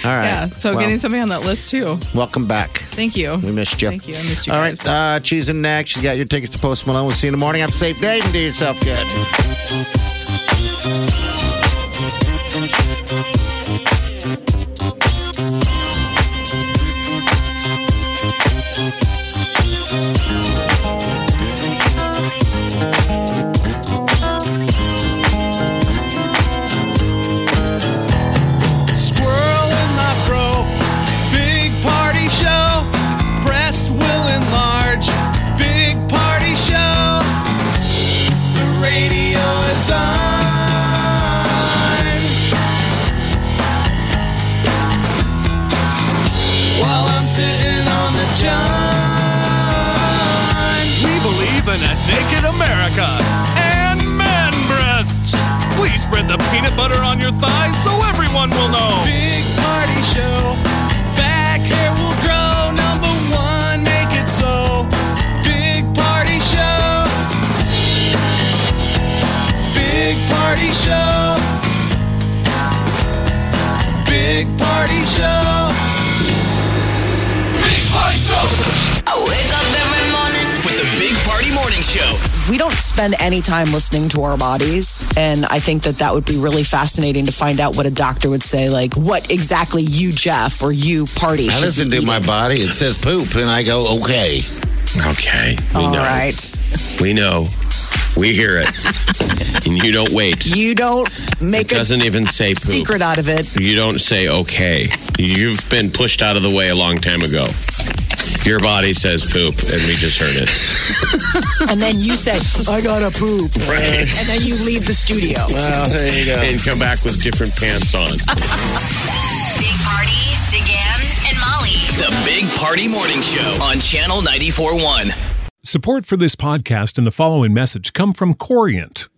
Speaker 5: All right.
Speaker 17: Yeah. So
Speaker 5: Well,
Speaker 17: getting somebody on that list too.
Speaker 5: Welcome back.
Speaker 17: Thank you.
Speaker 5: We missed you.
Speaker 17: Thank you. I missed you
Speaker 5: All right,
Speaker 17: guys.
Speaker 5: uh, Cheese and Nack, she's got your tickets to Post Malone. We'll see you in the morning. Have a safe day and do yourself good.
Speaker 18: Squirrel in my bro. Big party show. Breast will enlarge. Big party show. The radio is on. While I'm sitting on the john.
Speaker 19: We believe in a naked America and man breasts. Please spread the peanut butter on your thighs so everyone will know.
Speaker 18: Big party show. Back hair will grow. Number one, make it so. Big party show. Big party show. Big party show. Big party show.
Speaker 3: I wake up every morning
Speaker 2: With the Big Party Morning Show.
Speaker 4: We don't spend any time listening to our bodies. And I think that that would be really fascinating to find out what a doctor would say, like, what exactly you, Jeff, or you, party.
Speaker 5: I
Speaker 4: should
Speaker 5: listen
Speaker 4: be
Speaker 5: to my body. It says poop, and I go, okay.
Speaker 6: Okay.
Speaker 4: All right.
Speaker 6: We know. We hear it. and you don't wait.
Speaker 4: You don't
Speaker 6: It
Speaker 4: make a
Speaker 6: doesn't even say poop.
Speaker 4: secret out of it.
Speaker 6: You don't say okay. You've been pushed out of the way a long time ago. Your body says poop, and we just heard it.
Speaker 4: and then you said, I gotta poop.
Speaker 6: Right.
Speaker 4: And then you leave the studio.
Speaker 6: And come back with different pants on.
Speaker 3: Big Party, DeGan, and Molly.
Speaker 2: The Big Party Morning Show on Channel 94.1.
Speaker 20: Support for this podcast and the following message come from Corient.